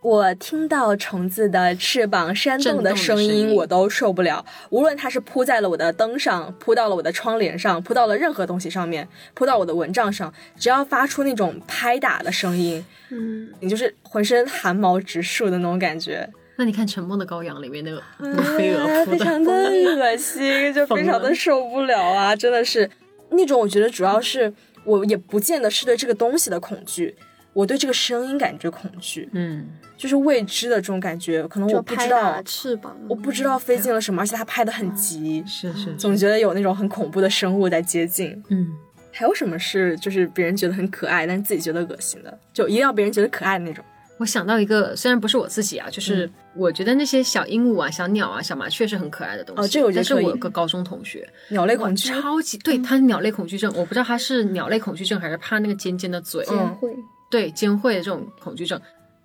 Speaker 1: 我听到虫子的翅膀扇动的声
Speaker 3: 震动的声
Speaker 1: 音，
Speaker 3: 音
Speaker 1: 我都受不了。无论它是扑在了我的灯上，扑到了我的窗帘上，扑到了任何东西上面，扑到我的蚊帐上，只要发出那种拍打的声音，
Speaker 4: 嗯，
Speaker 1: 你就是浑身汗毛直竖的那种感觉。
Speaker 3: 那你看《沉默的羔羊》里面那个 那个飞
Speaker 1: 啊
Speaker 3: 蛾扑
Speaker 1: 非
Speaker 3: 的，
Speaker 1: 常的恶心，就非常的受不了啊！真的是那种，我觉得主要是我也不见得是对这个东西的恐惧，我对这个声音感觉恐惧，
Speaker 3: 嗯，
Speaker 1: 就是未知的这种感觉，可能我
Speaker 4: 就
Speaker 1: 不知
Speaker 4: 拍
Speaker 1: 道
Speaker 4: 打，翅膀，
Speaker 1: 我不知道飞进了什么，而且它拍的很急，
Speaker 3: 是是，
Speaker 1: 总觉得有那种很恐怖的生物在接近。
Speaker 3: 嗯，
Speaker 1: 还有什么是就是别人觉得很可爱，但自己觉得恶心的，就一定要别人觉得可爱的那种。
Speaker 3: 我想到一个，虽然不是我自己啊，就是我觉得那些小鹦鹉啊、小鸟啊、小麻雀是很可爱的东西。
Speaker 1: 哦这个我觉得
Speaker 3: 但是
Speaker 1: 可以
Speaker 3: 我有个高中同学，
Speaker 1: 鸟类
Speaker 3: 哇
Speaker 1: 恐惧，
Speaker 3: 超级对，他是鸟类恐惧症，我不知道他是鸟类恐惧症还是怕那个尖尖的嘴，
Speaker 1: 嗯
Speaker 5: 会
Speaker 3: 对尖喙的这种恐惧症。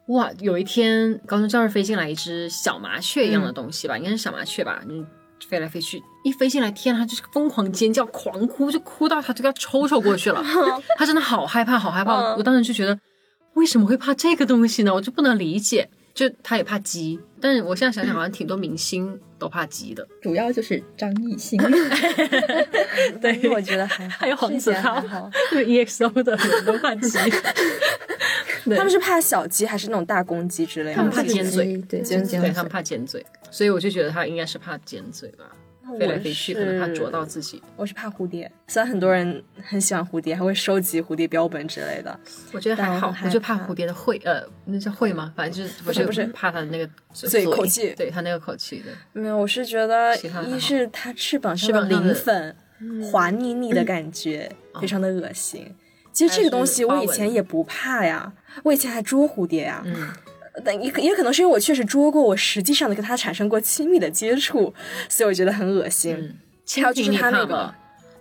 Speaker 3: 哇，有一天高中教室飞进来一只小麻雀一样的东西吧，应该是小麻雀吧，嗯，飞来飞去，一飞进来，天啊，它就是疯狂尖叫、狂哭，就哭到它都要抽抽过去 了。它真的好害怕，好害怕！
Speaker 4: 嗯
Speaker 3: 我当时就觉得，为什么会怕这个东西呢？我就不能理解。就它也怕鸡，但是我现在想想，好像挺多明星都怕鸡的。
Speaker 5: 主要就是张艺兴，
Speaker 1: 嗯对，我觉得还好。
Speaker 3: 还有黄子
Speaker 1: 这一点 还
Speaker 3: 韬哦
Speaker 1: 好，
Speaker 3: 对 EXO 的很多怕 鸡，对
Speaker 1: 他们是怕小鸡还是那种大公鸡之类
Speaker 3: 他
Speaker 1: 的
Speaker 3: 们？怕尖嘴，
Speaker 5: 对
Speaker 1: 尖
Speaker 5: 嘴
Speaker 3: 对他们怕尖嘴，所以我就觉得他应该是怕尖嘴吧，飞来飞去可能怕啄到自己。
Speaker 1: 我是怕蝴蝶，虽然很多人很喜欢蝴蝶，还会收集蝴蝶标本之类的。
Speaker 3: 我觉得
Speaker 1: 但
Speaker 3: 还
Speaker 1: 我
Speaker 3: 好
Speaker 1: 很，害
Speaker 3: 我就怕
Speaker 1: 怕
Speaker 3: 蝴蝶的喙，呃，那叫喙吗？反正就是我
Speaker 1: 是
Speaker 3: 就
Speaker 1: 不是
Speaker 3: 怕它的那个嘴
Speaker 1: 嘴口气
Speaker 3: 对它那个口气的。
Speaker 1: 没有，我是觉得
Speaker 3: 其他还好
Speaker 1: 一是它翅膀上
Speaker 3: 翅
Speaker 1: 的
Speaker 3: 膀上的
Speaker 1: 鳞粉滑腻腻的感觉，非常的恶心。其实这个东西
Speaker 3: 还有
Speaker 1: 我
Speaker 3: 是花
Speaker 1: 以
Speaker 3: 纹
Speaker 1: 前也不怕呀，我以前还捉蝴蝶呀，呃
Speaker 3: 嗯，
Speaker 1: 但也可也可能是因为我确实捉过，我实际上的跟它产生过亲密的接触，所以我觉得很恶心。
Speaker 3: 嗯
Speaker 1: 还有就是
Speaker 3: 你啊
Speaker 1: 它
Speaker 3: 怕
Speaker 1: 那个
Speaker 3: 吗，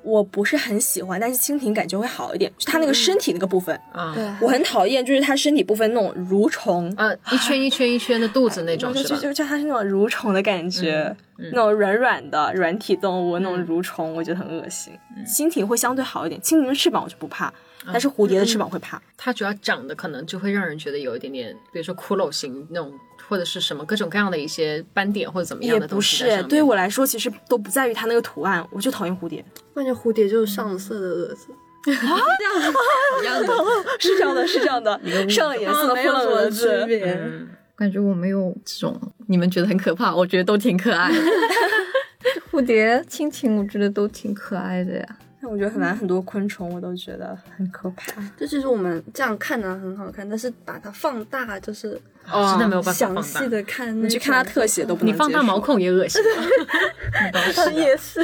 Speaker 1: 我不是很喜欢，但是蜻蜓感觉会好一点，就它那个
Speaker 3: 嗯
Speaker 1: 身体那个部分，
Speaker 3: 啊，
Speaker 1: 我很讨厌，就是它身体部分那种蠕虫。
Speaker 3: 呃，一圈一圈一圈的肚子那种
Speaker 1: 我就是就
Speaker 3: 吧？
Speaker 1: 就就它 是那种蠕虫的感觉，
Speaker 3: 嗯嗯
Speaker 1: 那种软软的软体动物，那种蠕虫，我觉得很恶心。
Speaker 3: 嗯
Speaker 1: 嗯蜻蜓会相对好一点，蜻蜓的翅膀我就不怕，但是蝴蝶的翅膀会怕。
Speaker 3: 它主要长得可能就会让人觉得有一点点，比如说骷髅型那种，或者是什么各种各样的一些斑点或者怎么样
Speaker 1: 也
Speaker 3: 的
Speaker 1: 不
Speaker 3: 东西在上
Speaker 1: 是，
Speaker 3: 面。
Speaker 1: 对我来说其实都不在于它那个图案，我就讨厌蝴蝶，
Speaker 4: 那这蝴蝶就是上色的蛾子，
Speaker 3: 一样的。
Speaker 1: 是这样的，是这 样的，上了颜色
Speaker 3: 啊
Speaker 1: 的
Speaker 4: 没
Speaker 1: 扑
Speaker 4: 有
Speaker 1: 棱
Speaker 4: 什么
Speaker 1: 蛾
Speaker 4: 区
Speaker 1: 子，
Speaker 4: 别。
Speaker 3: 嗯
Speaker 2: 感觉我没有这种你们觉得很可怕，我觉得都挺可爱的。 蝴蝶、蜻蜓，我觉得都挺可爱的呀。
Speaker 1: 但我觉得很难，很多昆虫我都觉得很可怕。
Speaker 4: 就其实我们这样看呢很好看，但是把它放大就是
Speaker 1: 哦
Speaker 3: 真的没有办法
Speaker 4: 详
Speaker 3: 放
Speaker 4: 细
Speaker 3: 大。
Speaker 4: 的看，
Speaker 1: 你去看它特写都不能
Speaker 3: 你放
Speaker 1: 接
Speaker 3: 大
Speaker 1: 受
Speaker 3: 毛孔也恶心，啊
Speaker 4: 也是，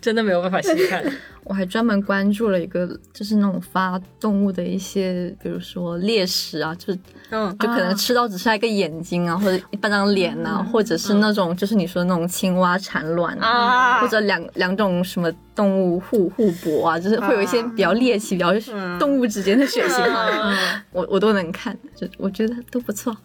Speaker 3: 真的没有办法细看。
Speaker 2: 我还专门关注了一个，就是那种发动物的一些，比如说猎食啊，就是
Speaker 1: 嗯，
Speaker 2: 就可能吃到只剩下一个眼睛啊，或者一半张脸
Speaker 4: 嗯
Speaker 2: 呐、或者是那种、就是你说的那种青蛙产卵啊，
Speaker 1: 啊
Speaker 2: 或者两两种什么动物互互搏啊，就是会有一些比较猎奇、比较
Speaker 4: 嗯
Speaker 2: 动物之间的血腥啊，我我都能看，就我觉得都不错。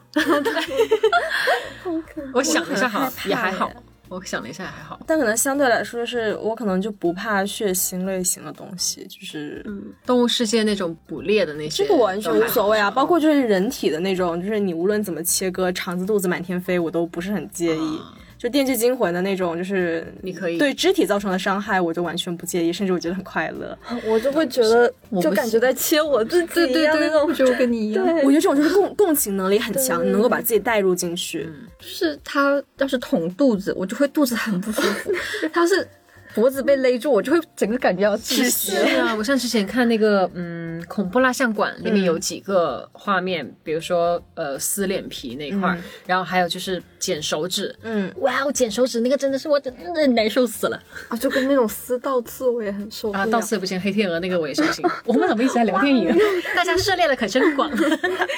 Speaker 3: 我想了一下，好
Speaker 1: 我很害怕
Speaker 3: 也还好
Speaker 1: 耶。
Speaker 3: 我想了一下，也还好。
Speaker 1: 但可能相对来说，就是我可能就不怕血腥类型的东西，就是
Speaker 3: 动物世界那种捕猎的那些，
Speaker 1: 这个完全无所谓啊。
Speaker 3: 都还
Speaker 1: 包
Speaker 3: 好
Speaker 1: 括就是人体的那种，就是你无论怎么切割，肠子、肚子满天飞，我都不是很介意。就《电锯惊魂》的那种，就是
Speaker 3: 啊你可以
Speaker 1: 对肢体造成的伤害，我就完全不介意，甚至我觉得很快乐。
Speaker 4: 我就会觉得
Speaker 2: 我不
Speaker 4: 就感觉在切我自己一样那种。
Speaker 2: 就跟你一样，
Speaker 1: 我觉得这种就是 共共情能力很强，你能够把自己带入进去。
Speaker 3: 嗯
Speaker 2: 就是它要是捅肚子，我就会肚子很不舒 服；它要是脖子被勒住，我就会整个感觉要窒 息。
Speaker 3: 是啊，我像之前看那个嗯恐怖蜡像馆，里面有几个画面，比如说呃撕脸皮那一块儿，然后还有就是剪手指，
Speaker 1: 嗯，
Speaker 3: 哇，我剪手指那个真的是我真的难受死了
Speaker 4: 啊，就跟那种撕倒刺我也很受不
Speaker 3: 啊！
Speaker 4: 了。
Speaker 3: 到此也不行，黑天鹅那个我也伤心。我们怎么一直在聊电影？大家涉猎的可真广，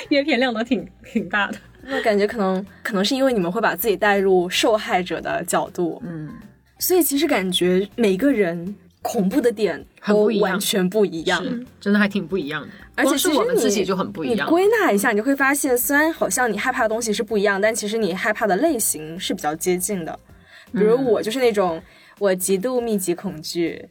Speaker 3: 阅片量都挺挺大的。
Speaker 1: 那感觉可能可能是因为你们会把自己带入受害者的角度，
Speaker 3: 嗯，
Speaker 1: 所以其实感觉每个人恐怖的点
Speaker 3: 很
Speaker 1: 都
Speaker 3: 不一样
Speaker 1: 完全不一样。
Speaker 3: 是真的还挺不一样的，
Speaker 1: 而且
Speaker 3: 光
Speaker 1: 其
Speaker 3: 是
Speaker 1: 实
Speaker 3: 我们
Speaker 1: 你
Speaker 3: 自己就很不一样
Speaker 1: 你。归纳一下，你就会发现，虽然好像你害怕的东西是不一样，但其实你害怕的类型是比较接近的。比如
Speaker 3: 嗯
Speaker 1: 我就是那种、我极度密集恐惧，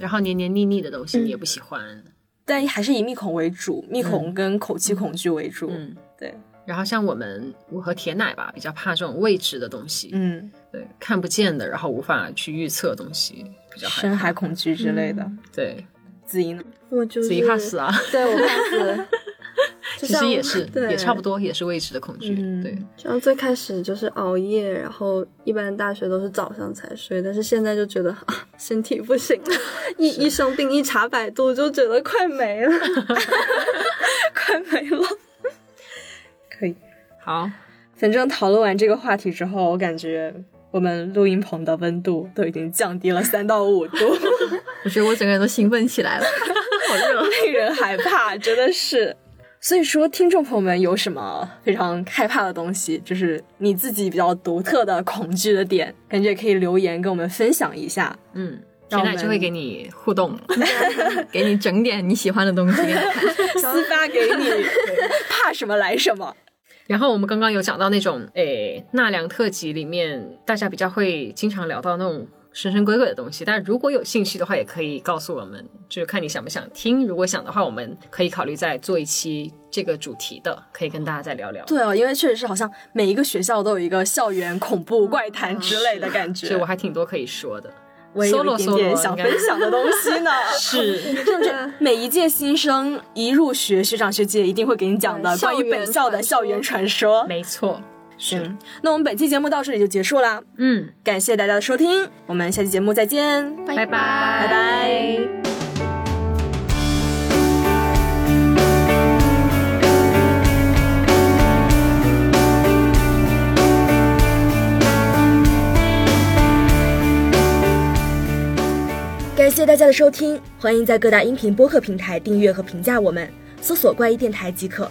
Speaker 3: 然后黏黏腻腻的东西你也不喜欢。
Speaker 1: 但还是以密恐为主，密恐跟口气恐惧为主。
Speaker 3: 嗯
Speaker 1: 对，
Speaker 3: 然后像我们，我和铁奶吧，比较怕这种未知的东西，
Speaker 1: 嗯，
Speaker 3: 对，看不见的，然后无法去预测的东西，比较害嗯
Speaker 1: 深海恐惧之类的。
Speaker 3: 对，
Speaker 1: 子怡呢？
Speaker 4: 我就是
Speaker 3: 自己怕 死啊，
Speaker 4: 对我怕死。就
Speaker 3: 其实
Speaker 4: 像
Speaker 3: 也是，
Speaker 4: 对
Speaker 3: 也差不多，也是未知的恐惧，
Speaker 1: 嗯
Speaker 3: 对，
Speaker 4: 像最开始就是熬夜，然后一般大学都是早上才睡，但是现在就觉得啊，身体不行了，一一生病一查百度就觉得快没 了，快没了。
Speaker 1: 可以。
Speaker 3: 好，
Speaker 1: 反正讨论完这个话题之后，我感觉我们录音棚的温度都已经降低了三到五度，
Speaker 2: 我觉得我整个人都兴奋起来了。
Speaker 1: 令人害怕，真的是。所以说，听众朋友们有什么非常害怕的东西，就是你自己比较独特的恐惧的点，感觉也可以留言跟我们分享一下。
Speaker 3: 嗯，
Speaker 1: 让
Speaker 3: 现
Speaker 1: 我
Speaker 3: 在
Speaker 1: 们
Speaker 3: 就会给你互动。
Speaker 2: 给你整点你喜欢的东西。
Speaker 1: 私发给你， 怕什么来什么。
Speaker 3: 然后我们刚刚有讲到那种，诶，纳凉特辑里面大家比较会经常聊到那种神神鬼鬼的东西，但如果有兴趣的话，也可以告诉我们，就是看你想不想听。如果想的话，我们可以考虑再做一期这个主题的，可以跟大家再聊聊。
Speaker 1: 对哦，因为确实是好像每一个学校都有一个校园恐怖怪谈之类的感觉。
Speaker 3: 嗯所以我还挺多可以说的。
Speaker 1: 我也有
Speaker 3: solo
Speaker 1: 一点点
Speaker 3: solo
Speaker 1: 想
Speaker 3: 应该
Speaker 1: 分享的东西呢。
Speaker 3: 是，
Speaker 1: 每一届新生一入学，学长学姐一定会给你讲的
Speaker 4: 对
Speaker 1: 关于本校的校
Speaker 4: 校
Speaker 1: 园
Speaker 4: 园
Speaker 1: 传说。
Speaker 3: 没错，是，
Speaker 1: 嗯，那我们本期节目到这里就结束啦，
Speaker 3: 嗯，
Speaker 1: 感谢大家的收听，我们下期节目再见，
Speaker 3: 拜拜
Speaker 1: 拜拜感谢大家的收听，欢迎在各大音频播客平台订阅和评价我们，搜索“怪异电台”即可。